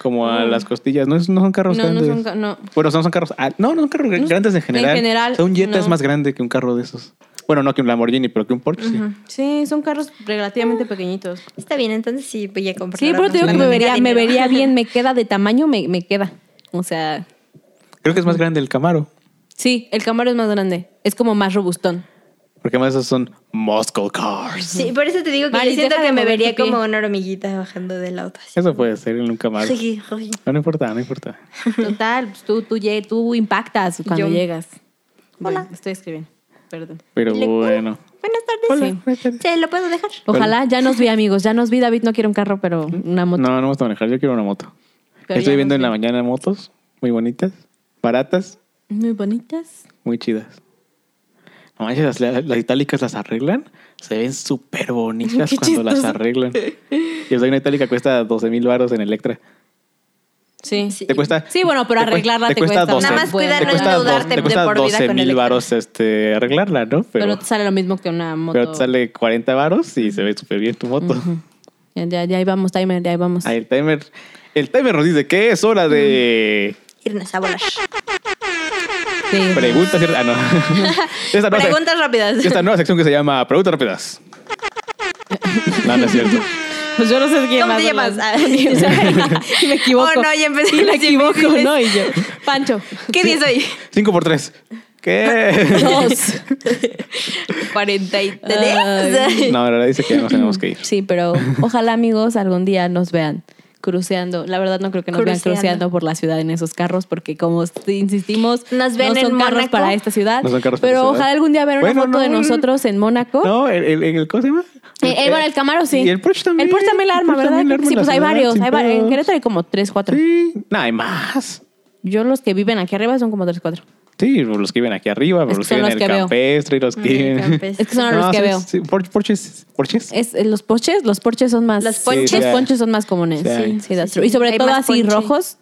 [SPEAKER 2] Como a las costillas. No, es- no son carros
[SPEAKER 3] Mm. No, no
[SPEAKER 2] grandes.
[SPEAKER 3] son ca- no.
[SPEAKER 2] Bueno, o sea, no son carros. al- No, no son carros
[SPEAKER 3] No,
[SPEAKER 2] grandes en
[SPEAKER 3] en
[SPEAKER 2] general.
[SPEAKER 3] general,
[SPEAKER 2] O sea, un Jetta
[SPEAKER 3] no.
[SPEAKER 2] es más grande que un carro de esos. Bueno, no que un Lamborghini, pero que un Porsche. sí.
[SPEAKER 3] Sí, son carros relativamente pequeñitos.
[SPEAKER 4] Está bien, entonces sí voy a comprar.
[SPEAKER 3] Sí, pero te digo que
[SPEAKER 4] uno.
[SPEAKER 3] me vería, me
[SPEAKER 4] Dinero.
[SPEAKER 3] vería bien, me queda de tamaño, me, me queda. O sea,
[SPEAKER 2] Creo que es más grande el Camaro.
[SPEAKER 3] sí, el Camaro es más grande, es como más robustón.
[SPEAKER 2] Porque además esos son Moscow Cars.
[SPEAKER 4] Sí, por eso te digo que
[SPEAKER 3] Mari,
[SPEAKER 4] yo siento
[SPEAKER 3] deja de
[SPEAKER 4] que me
[SPEAKER 3] mover tu
[SPEAKER 4] vería
[SPEAKER 3] pie.
[SPEAKER 4] como una hormiguita bajando del auto. así.
[SPEAKER 2] Eso puede ser en un Camaro.
[SPEAKER 4] Sí, ay.
[SPEAKER 2] No, no importa, no importa.
[SPEAKER 3] Total, pues, tú, tú, lle- tú impactas cuando
[SPEAKER 4] Yo-
[SPEAKER 3] llegas.
[SPEAKER 4] Hola.
[SPEAKER 3] Bueno, estoy escribiendo, perdón.
[SPEAKER 2] Pero
[SPEAKER 4] Le-
[SPEAKER 2] bueno.
[SPEAKER 4] Buenas tardes.
[SPEAKER 3] Hola,
[SPEAKER 4] Sí.
[SPEAKER 2] buenas tardes.
[SPEAKER 4] ¿Se lo puedo dejar?
[SPEAKER 3] Ojalá, ya nos vi amigos, ya nos vi David, no quiero un carro, pero una moto.
[SPEAKER 2] No, no vamos a manejar. Yo quiero una moto.
[SPEAKER 3] Pero
[SPEAKER 2] Estoy
[SPEAKER 3] ya
[SPEAKER 2] viendo
[SPEAKER 3] no
[SPEAKER 2] en la
[SPEAKER 3] sé.
[SPEAKER 2] mañana motos muy bonitas, baratas,
[SPEAKER 3] Muy bonitas.
[SPEAKER 2] muy chidas. No manches, las, las- las itálicas las arreglan, se ven súper bonitas
[SPEAKER 4] Qué
[SPEAKER 2] cuando las
[SPEAKER 4] chistoso.
[SPEAKER 2] arreglan. Y o sea, una itálica cuesta 12 mil baros en Electra.
[SPEAKER 3] Sí.
[SPEAKER 4] Sí.
[SPEAKER 2] Te cuesta.
[SPEAKER 3] Sí, bueno, pero
[SPEAKER 2] te cuesta-
[SPEAKER 3] arreglarla te cuesta
[SPEAKER 4] Nada
[SPEAKER 3] buena.
[SPEAKER 4] más cuida
[SPEAKER 2] te
[SPEAKER 4] no
[SPEAKER 2] cuesta dos-
[SPEAKER 4] endeudarte
[SPEAKER 2] te
[SPEAKER 4] de
[SPEAKER 2] cuesta
[SPEAKER 4] por vida
[SPEAKER 2] 12
[SPEAKER 4] con
[SPEAKER 2] mil
[SPEAKER 4] Electra.
[SPEAKER 2] baros este, arreglarla, ¿no?
[SPEAKER 3] Pero,
[SPEAKER 2] Pero,
[SPEAKER 3] te sale lo mismo que una moto.
[SPEAKER 2] pero te sale 40 varos y se ve súper bien tu moto.
[SPEAKER 3] Ujú. Ya, ya, ya ahí vamos, timer, ya ahí vamos.
[SPEAKER 2] Ahí el timer. El timer nos dice que es hora de
[SPEAKER 4] Irnos a volar.
[SPEAKER 3] Sí.
[SPEAKER 2] preguntas. y- Ah, no. Esta nueva, sec-
[SPEAKER 4] Preguntas rápidas.
[SPEAKER 2] esta nueva sección que se llama Preguntas rápidas. No, no es cierto.
[SPEAKER 3] Pues yo no sé quién
[SPEAKER 4] ¿Cómo
[SPEAKER 3] más.
[SPEAKER 4] te llamas?
[SPEAKER 3] ¿verdad? y me equivoco.
[SPEAKER 4] Oh, no, ya empecé
[SPEAKER 3] Y me
[SPEAKER 4] las
[SPEAKER 3] equivoco,
[SPEAKER 4] difíciles.
[SPEAKER 3] ¿no? Y yo, Pancho.
[SPEAKER 4] ¿Qué día soy?
[SPEAKER 2] 5 por 3. ¿Qué?
[SPEAKER 3] Dos.
[SPEAKER 4] 43.
[SPEAKER 3] Ay.
[SPEAKER 2] No, la verdad dice que ya nos tenemos que ir.
[SPEAKER 3] Sí, pero ojalá amigos algún día nos vean cruceando. La verdad no creo que nos vean
[SPEAKER 4] Cruceando.
[SPEAKER 3] cruceando por la ciudad en esos carros porque como s- insistimos,
[SPEAKER 4] Nos ven
[SPEAKER 3] no
[SPEAKER 4] en
[SPEAKER 3] son carros
[SPEAKER 4] Mónaco.
[SPEAKER 3] para esta ciudad.
[SPEAKER 2] No son carros para
[SPEAKER 3] pero
[SPEAKER 2] esta ciudad.
[SPEAKER 3] ojalá algún día ver una
[SPEAKER 2] Bueno,
[SPEAKER 3] foto de
[SPEAKER 2] no,
[SPEAKER 3] nosotros en Mónaco.
[SPEAKER 2] No, el, el, el- ¿cómo se llama?
[SPEAKER 3] Eh, eh, bueno, el Camaro sí.
[SPEAKER 2] Y el Porsche también.
[SPEAKER 3] El Porsche también la
[SPEAKER 2] El
[SPEAKER 3] arma,
[SPEAKER 2] Porsche
[SPEAKER 3] ¿verdad?
[SPEAKER 2] también la arma
[SPEAKER 3] sí,
[SPEAKER 2] en la
[SPEAKER 3] pues hay
[SPEAKER 2] ciudad,
[SPEAKER 3] varios.
[SPEAKER 2] sin
[SPEAKER 3] Hay varios. En
[SPEAKER 2] pedos.
[SPEAKER 3] Querétaro hay como tres, cuatro.
[SPEAKER 2] Sí. No, hay más.
[SPEAKER 3] Yo los que viven aquí arriba son como tres, cuatro.
[SPEAKER 2] Sí, por los que viven aquí arriba, por
[SPEAKER 3] Es
[SPEAKER 2] los
[SPEAKER 3] que
[SPEAKER 2] que
[SPEAKER 3] son
[SPEAKER 2] viven en
[SPEAKER 3] los
[SPEAKER 2] el
[SPEAKER 3] que veo.
[SPEAKER 2] campestre y los que
[SPEAKER 4] En el
[SPEAKER 2] viven.
[SPEAKER 4] campestre.
[SPEAKER 3] Es que son a los
[SPEAKER 2] No,
[SPEAKER 3] que
[SPEAKER 2] sí,
[SPEAKER 3] veo.
[SPEAKER 2] sí, por- Porches. Porches.
[SPEAKER 3] Es, eh, los porches, los porches son más.
[SPEAKER 4] Los ponches.
[SPEAKER 3] los
[SPEAKER 2] sí.
[SPEAKER 3] ponches son más comunes.
[SPEAKER 2] Sí,
[SPEAKER 3] Sí,
[SPEAKER 2] hay.
[SPEAKER 3] sí, that's
[SPEAKER 4] Sí,
[SPEAKER 3] true. Y
[SPEAKER 4] sí.
[SPEAKER 3] sobre
[SPEAKER 4] Hay
[SPEAKER 3] todo
[SPEAKER 4] más
[SPEAKER 3] así
[SPEAKER 4] ponche.
[SPEAKER 3] rojos.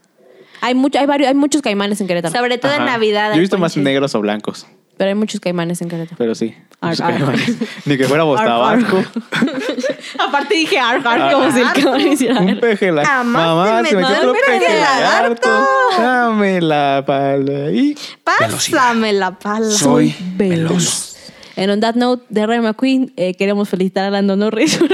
[SPEAKER 3] Hay mucho, hay varios, hay muchos caimanes en Querétaro.
[SPEAKER 4] Sobre todo en
[SPEAKER 2] Ajá.
[SPEAKER 4] Navidad.
[SPEAKER 2] Yo he visto
[SPEAKER 4] hay
[SPEAKER 2] más
[SPEAKER 4] ponches.
[SPEAKER 2] negros o blancos,
[SPEAKER 3] Pero hay muchos caimanes en Querétaro.
[SPEAKER 2] pero sí.
[SPEAKER 3] Ar,
[SPEAKER 2] Muchos
[SPEAKER 3] ar.
[SPEAKER 2] caimanes. Ni que fuéramos
[SPEAKER 3] Ar, ar.
[SPEAKER 2] Tabasco. Ah.
[SPEAKER 3] Aparte dije arg,
[SPEAKER 2] Ar,
[SPEAKER 3] como si el
[SPEAKER 4] ar.
[SPEAKER 3] cabrón hiciera.
[SPEAKER 2] Un peje la-
[SPEAKER 4] Jamás
[SPEAKER 2] Mamá,
[SPEAKER 4] se
[SPEAKER 2] se
[SPEAKER 4] me
[SPEAKER 2] metió
[SPEAKER 4] dio
[SPEAKER 2] otro
[SPEAKER 4] el peje
[SPEAKER 2] peje
[SPEAKER 4] lagarto.
[SPEAKER 2] lagarto. Dame la pala. Y
[SPEAKER 4] Pásame la pala.
[SPEAKER 5] Soy
[SPEAKER 3] veloz.
[SPEAKER 5] veloz.
[SPEAKER 3] En On That Note de Ray McQueen, eh, queremos felicitar a Lando Norris.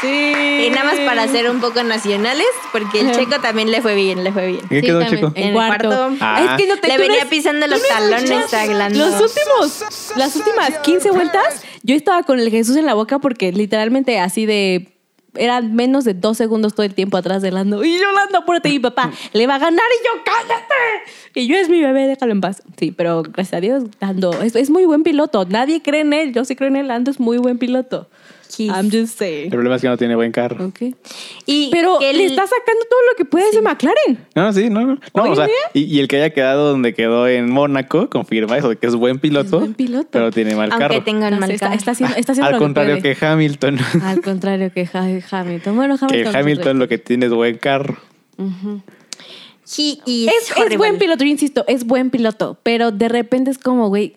[SPEAKER 3] sí.
[SPEAKER 4] Y nada más para ser un poco nacionales, porque el checo también le fue bien, le fue bien.
[SPEAKER 2] ¿Qué quedó,
[SPEAKER 3] también.
[SPEAKER 2] chico?
[SPEAKER 4] En el cuarto.
[SPEAKER 2] Ah.
[SPEAKER 3] Es que no te
[SPEAKER 4] Le
[SPEAKER 3] tú
[SPEAKER 4] venía
[SPEAKER 3] eres-
[SPEAKER 4] pisando
[SPEAKER 3] tú
[SPEAKER 4] los
[SPEAKER 3] no
[SPEAKER 4] talones
[SPEAKER 3] escuchas.
[SPEAKER 4] a Glando.
[SPEAKER 3] Los últimos, las últimas 15 vueltas, yo estaba con el Jesús en la boca porque literalmente así de. Eran menos de dos segundos todo el tiempo atrás de Lando. Y yo, Lando, apúrate, mi papá le va a ganar. Y yo, cállate. Y yo, es mi bebé, déjalo en paz. Sí, pero gracias a Dios, Lando es, es muy buen piloto. Nadie cree en él. Yo sí creo en él. Lando es muy buen piloto.
[SPEAKER 4] Yes.
[SPEAKER 3] I'm just
[SPEAKER 2] El
[SPEAKER 3] saying.
[SPEAKER 2] problema es que no tiene buen carro.
[SPEAKER 3] Ok.
[SPEAKER 4] Y
[SPEAKER 3] Pero
[SPEAKER 4] que el-
[SPEAKER 3] le está sacando todo lo que puede de McLaren.
[SPEAKER 2] No, sí, no, no. No,
[SPEAKER 3] Oye.
[SPEAKER 2] o sea, y, y el que haya quedado donde quedó en Mónaco confirma eso, de que es buen piloto.
[SPEAKER 3] Es buen piloto.
[SPEAKER 2] Pero tiene mal
[SPEAKER 4] aunque
[SPEAKER 2] carro.
[SPEAKER 4] tengan mal
[SPEAKER 3] está,
[SPEAKER 4] carro.
[SPEAKER 3] está haciendo, está haciendo
[SPEAKER 2] Al
[SPEAKER 3] lo
[SPEAKER 2] contrario
[SPEAKER 3] que, puede. Ah,
[SPEAKER 2] que Hamilton.
[SPEAKER 3] Al contrario que Ha- Hamilton. Bueno, Hamilton.
[SPEAKER 2] Que Hamilton lo que tiene es buen carro.
[SPEAKER 4] He is
[SPEAKER 3] es, es
[SPEAKER 4] horrible.
[SPEAKER 3] buen piloto, yo insisto, es buen piloto, pero de repente es como, güey,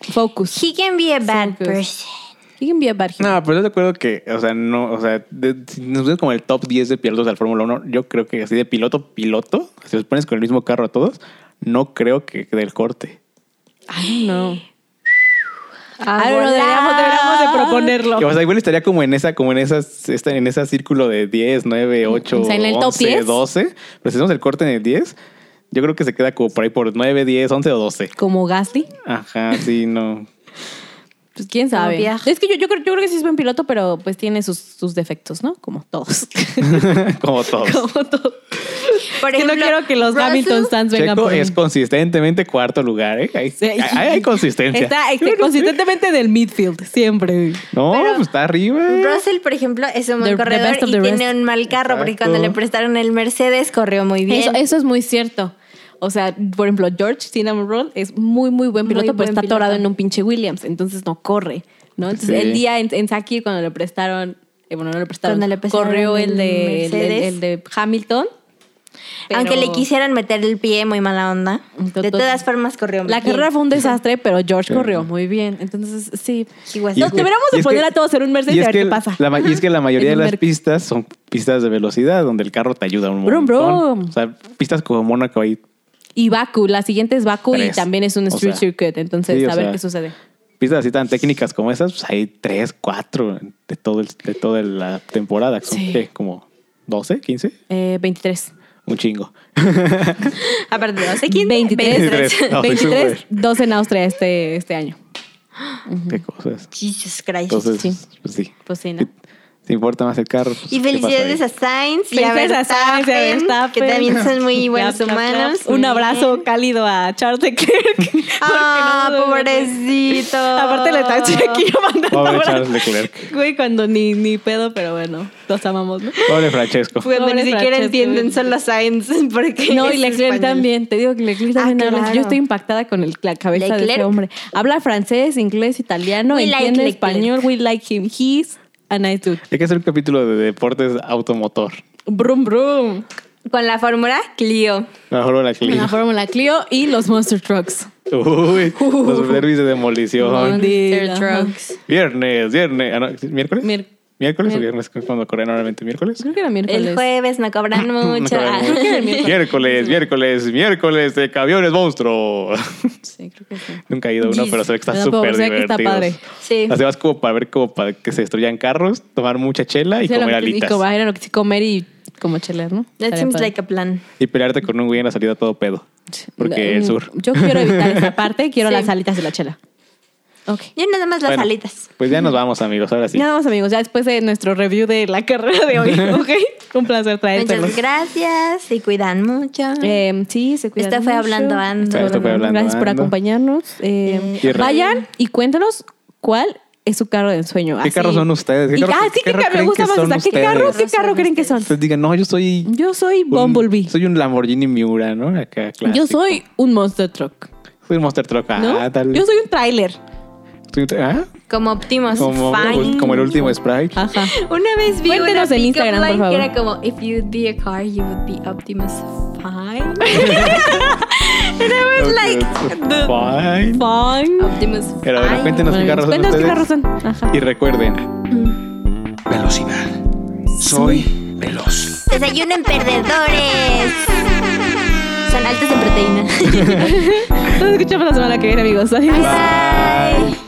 [SPEAKER 3] focus.
[SPEAKER 4] He can be a bad
[SPEAKER 3] Sí, pues.
[SPEAKER 4] person.
[SPEAKER 3] You can be a bad hero.
[SPEAKER 2] No, pero yo te acuerdo que, o sea, no, o sea, de- si nos ves como el top 10 de pilotos del Fórmula 1, yo creo que así de piloto, piloto, si los pones con el mismo carro a todos, no creo que del corte.
[SPEAKER 3] Ay, no.
[SPEAKER 4] A
[SPEAKER 3] Ay, no, deberíamos,
[SPEAKER 4] volar.
[SPEAKER 3] deberíamos de proponerlo.
[SPEAKER 2] Que, o sea, igual estaría como en esa, como en esas, esta- en ese círculo de 10, 9, 8,
[SPEAKER 3] Mm, O sea, en el top
[SPEAKER 2] 11,
[SPEAKER 3] 10.
[SPEAKER 2] 12. Pero si hacemos el corte en el 10, yo creo que se queda como por ahí por 9, 10, 11 o 12.
[SPEAKER 3] Como Gasly.
[SPEAKER 2] Ajá, sí, no.
[SPEAKER 3] Pues quién sabe.
[SPEAKER 4] viaje.
[SPEAKER 3] Es que yo, yo, creo, yo creo que sí es buen piloto, pero pues tiene sus, sus defectos, ¿no? Como todos.
[SPEAKER 2] como todos.
[SPEAKER 3] como todos.
[SPEAKER 4] Por
[SPEAKER 3] que no
[SPEAKER 4] ejemplo,
[SPEAKER 3] quiero que los
[SPEAKER 4] Russell-
[SPEAKER 3] Hamilton Stans vengan
[SPEAKER 2] Checo
[SPEAKER 3] por mí.
[SPEAKER 2] es consistentemente cuarto lugar, ¿eh? Ahí,
[SPEAKER 3] pues. Sí.
[SPEAKER 2] ahí hay consistencia.
[SPEAKER 3] Está este,
[SPEAKER 2] Yo no sé.
[SPEAKER 3] consistentemente del midfield, siempre.
[SPEAKER 2] No,
[SPEAKER 4] Pero-
[SPEAKER 2] pues está arriba.
[SPEAKER 4] Russell, por ejemplo, es un buen
[SPEAKER 3] The- the
[SPEAKER 4] corredor
[SPEAKER 3] best of
[SPEAKER 4] y
[SPEAKER 3] the
[SPEAKER 4] tiene
[SPEAKER 3] rest.
[SPEAKER 4] un mal carro porque
[SPEAKER 2] Exacto.
[SPEAKER 4] cuando le prestaron el Mercedes corrió muy bien.
[SPEAKER 3] Eso, eso es muy cierto. O sea, por ejemplo, George Cinnamon Roll es muy, muy buen
[SPEAKER 4] Muy
[SPEAKER 3] piloto, pero
[SPEAKER 4] buen
[SPEAKER 3] está
[SPEAKER 4] piloto.
[SPEAKER 3] atorado en un pinche Williams, entonces no corre, ¿no? Entonces,
[SPEAKER 2] Sí.
[SPEAKER 3] el día en, en Sakir, cuando le prestaron, eh, bueno, no le prestaron,
[SPEAKER 4] Cuando le prestaron
[SPEAKER 3] corrió el
[SPEAKER 4] el
[SPEAKER 3] de, el, el-
[SPEAKER 4] Mercedes.
[SPEAKER 3] el de Hamilton. pero
[SPEAKER 4] Aunque le quisieran meter el pie, muy mala onda. De
[SPEAKER 3] Entonces,
[SPEAKER 4] todas formas corrió muy
[SPEAKER 3] La
[SPEAKER 4] bien.
[SPEAKER 3] carrera fue un desastre, pero George
[SPEAKER 2] Sí.
[SPEAKER 3] corrió muy bien. Entonces, sí.
[SPEAKER 4] He was
[SPEAKER 2] Y
[SPEAKER 3] Nos
[SPEAKER 2] es que-
[SPEAKER 3] deberíamos
[SPEAKER 2] y
[SPEAKER 3] de
[SPEAKER 2] es que-
[SPEAKER 3] poner a todos en un Mercedes
[SPEAKER 2] y
[SPEAKER 3] y,
[SPEAKER 2] es
[SPEAKER 3] a ver
[SPEAKER 2] que
[SPEAKER 3] qué
[SPEAKER 2] el-
[SPEAKER 3] pasa.
[SPEAKER 2] la ma- y es que la mayoría de
[SPEAKER 3] En un
[SPEAKER 2] las
[SPEAKER 3] merc-
[SPEAKER 2] pistas son pistas de velocidad, donde el carro te ayuda un
[SPEAKER 3] Brum,
[SPEAKER 2] montón.
[SPEAKER 3] brum.
[SPEAKER 2] O sea, pistas como Mónaco ahí.
[SPEAKER 3] Y Baku, la siguiente es Baku y
[SPEAKER 2] Tres.
[SPEAKER 3] también es un
[SPEAKER 2] O
[SPEAKER 3] street
[SPEAKER 2] sea,
[SPEAKER 3] circuit. Entonces,
[SPEAKER 2] sí, o
[SPEAKER 3] a ver
[SPEAKER 2] sea,
[SPEAKER 3] qué sucede.
[SPEAKER 2] Pistas así tan técnicas como esas, pues hay tres, cuatro de, todo el- de toda la temporada. que Son,
[SPEAKER 3] Sí.
[SPEAKER 2] ¿qué? Como 12, 15,
[SPEAKER 3] Eh, 23.
[SPEAKER 2] un chingo.
[SPEAKER 4] Aparte, Ah, no sé quién.
[SPEAKER 3] 23,
[SPEAKER 2] 23. No,
[SPEAKER 3] 23,
[SPEAKER 2] súper.
[SPEAKER 3] 2 en Austria este, este año.
[SPEAKER 2] Qué cosas.
[SPEAKER 4] Jesus Christ.
[SPEAKER 2] Entonces,
[SPEAKER 3] Sí.
[SPEAKER 2] pues sí.
[SPEAKER 3] Pues sí, ¿no?
[SPEAKER 2] Sí, Te importa más el carro. pues,
[SPEAKER 4] Y
[SPEAKER 2] ¿qué pasa ahí?
[SPEAKER 4] felicidades a Sainz y a
[SPEAKER 3] Felicidades a Sainz y a
[SPEAKER 4] Verstappen, que
[SPEAKER 3] Verstappen.
[SPEAKER 4] también son muy buenos
[SPEAKER 3] Clap, clap, clap.
[SPEAKER 4] humanos.
[SPEAKER 3] Un
[SPEAKER 4] Muy
[SPEAKER 3] abrazo
[SPEAKER 4] bien.
[SPEAKER 3] cálido a Charles Leclerc. porque
[SPEAKER 4] Ah,
[SPEAKER 3] no-
[SPEAKER 4] pobrecito.
[SPEAKER 3] Aparte le está aquí mandando
[SPEAKER 2] Pobre
[SPEAKER 3] abrazos.
[SPEAKER 2] Charles Leclerc.
[SPEAKER 3] Güey, cuando ni, ni pedo, pero bueno, los amamos, ¿no?
[SPEAKER 2] Pobre Francesco.
[SPEAKER 4] Cuando
[SPEAKER 3] Pobre
[SPEAKER 4] ni siquiera
[SPEAKER 3] Francesco.
[SPEAKER 4] entienden solo Sainz porque
[SPEAKER 3] No, y
[SPEAKER 4] es
[SPEAKER 3] Leclerc
[SPEAKER 4] español. Ah,
[SPEAKER 3] también. Te digo que Leclerc también habla.
[SPEAKER 4] claro.
[SPEAKER 3] Yo estoy impactada con el, la cabeza de
[SPEAKER 4] Leclerc.
[SPEAKER 3] ese hombre. Habla francés, inglés, italiano,
[SPEAKER 4] We like
[SPEAKER 3] entiende
[SPEAKER 4] Leclerc.
[SPEAKER 3] español. We like him. He's a nice dude.
[SPEAKER 2] Hay que hacer un capítulo de deportes automotor.
[SPEAKER 3] Brum, brum.
[SPEAKER 4] Con la fórmula Clio.
[SPEAKER 2] Mejor la Clio.
[SPEAKER 3] La Fórmula Clio y los Monster Trucks.
[SPEAKER 2] Uy, los derbis de demolición.
[SPEAKER 3] Monster
[SPEAKER 4] Monster Trucks.
[SPEAKER 2] Viernes, viernes. ah, no, ¿Miércoles?
[SPEAKER 3] Mier-
[SPEAKER 2] ¿Miércoles
[SPEAKER 3] mier-
[SPEAKER 2] o viernes? que es Cuando corren normalmente miércoles.
[SPEAKER 3] Creo que era miércoles.
[SPEAKER 4] El jueves no cobran
[SPEAKER 2] No
[SPEAKER 4] mucho.
[SPEAKER 2] cobran
[SPEAKER 4] Ah.
[SPEAKER 2] mucho. Miércoles, miércoles, miércoles de camiones monstruo.
[SPEAKER 3] Sí, creo que sí.
[SPEAKER 2] Nunca he ido a uno,
[SPEAKER 4] Jeez.
[SPEAKER 2] pero sé que está
[SPEAKER 3] Pero
[SPEAKER 2] súper
[SPEAKER 3] sé que
[SPEAKER 2] divertido.
[SPEAKER 3] está padre.
[SPEAKER 4] Sí.
[SPEAKER 2] Así vas como para ver como para que se destruyan carros, tomar mucha chela y
[SPEAKER 3] Eso era
[SPEAKER 2] comer
[SPEAKER 3] lo que-
[SPEAKER 2] alitas.
[SPEAKER 3] Y comer, era lo que sí, comer y como chelear, ¿no?
[SPEAKER 4] That
[SPEAKER 3] Estaría
[SPEAKER 4] seems
[SPEAKER 3] padre.
[SPEAKER 4] like a plan.
[SPEAKER 2] Y pelearte con un güey en la salida todo pedo. Porque
[SPEAKER 3] Mm,
[SPEAKER 2] el sur.
[SPEAKER 3] Yo quiero evitar esa parte, quiero
[SPEAKER 4] Sí.
[SPEAKER 3] las alitas y la chela. Ok.
[SPEAKER 4] Yo nada más las
[SPEAKER 2] Bueno,
[SPEAKER 4] alitas.
[SPEAKER 2] Pues ya nos vamos, amigos. Ahora sí.
[SPEAKER 3] Ya vamos amigos, ya después de nuestro review de la carrera de hoy, ¿ok? Un placer traérselos.
[SPEAKER 4] Muchas gracias y cuidan mucho.
[SPEAKER 3] Eh, sí, se cuidan
[SPEAKER 4] Esto fue Hablando
[SPEAKER 3] mucho.
[SPEAKER 4] Ando.
[SPEAKER 3] Esto fue
[SPEAKER 2] Esto fue Hablando
[SPEAKER 3] Gracias por
[SPEAKER 2] Ando.
[SPEAKER 3] acompañarnos. Eh,
[SPEAKER 2] Eh,
[SPEAKER 3] vayan y cuéntanos cuál es su carro de ensueño. Ah,
[SPEAKER 2] ¿Qué carros son ustedes? ¿Qué
[SPEAKER 3] Y-
[SPEAKER 2] carro-
[SPEAKER 3] ah,
[SPEAKER 2] qué
[SPEAKER 3] sí, que
[SPEAKER 2] carro
[SPEAKER 3] me
[SPEAKER 2] creen
[SPEAKER 3] gusta
[SPEAKER 2] que
[SPEAKER 3] más
[SPEAKER 2] son
[SPEAKER 3] esa. ¿Qué
[SPEAKER 2] ustedes?
[SPEAKER 3] carro, ¿Qué
[SPEAKER 4] Carros son
[SPEAKER 3] carro creen que son?
[SPEAKER 2] Ustedes digan, no, yo soy.
[SPEAKER 3] Yo soy
[SPEAKER 2] un-
[SPEAKER 3] Bumblebee.
[SPEAKER 2] soy un Lamborghini Miura, ¿no? Acá, clásico.
[SPEAKER 3] Yo soy un monster truck.
[SPEAKER 2] Soy un Monster Truck. Ah,
[SPEAKER 3] ¿no?
[SPEAKER 2] tal.
[SPEAKER 3] Yo soy un trailer.
[SPEAKER 2] Soy- ah,
[SPEAKER 4] Como Optimus.
[SPEAKER 2] Como, pues,
[SPEAKER 4] Fine.
[SPEAKER 2] como el último Sprite.
[SPEAKER 3] Ajá.
[SPEAKER 4] Una vez vi
[SPEAKER 3] Cuéntenos
[SPEAKER 4] una
[SPEAKER 3] en
[SPEAKER 4] pick-up
[SPEAKER 3] Instagram, por
[SPEAKER 4] line
[SPEAKER 3] favor.
[SPEAKER 4] que era como If you'd be a car, you would be Optimus Fine. And I was like, dude,
[SPEAKER 2] Fine.
[SPEAKER 3] Fine.
[SPEAKER 4] Optimus
[SPEAKER 2] Pero bueno,
[SPEAKER 4] Fine.
[SPEAKER 2] cuéntenos qué
[SPEAKER 3] Bueno,
[SPEAKER 2] carros son.
[SPEAKER 3] cuéntanos qué carros
[SPEAKER 2] ustedes.
[SPEAKER 3] son. Ajá.
[SPEAKER 2] Y recuerden,
[SPEAKER 5] Velocidad. Soy veloz.
[SPEAKER 4] Desayunen perdedores. Son altos en proteína.
[SPEAKER 3] Nos escuchamos la semana que viene, amigos. Adiós.
[SPEAKER 4] Bye.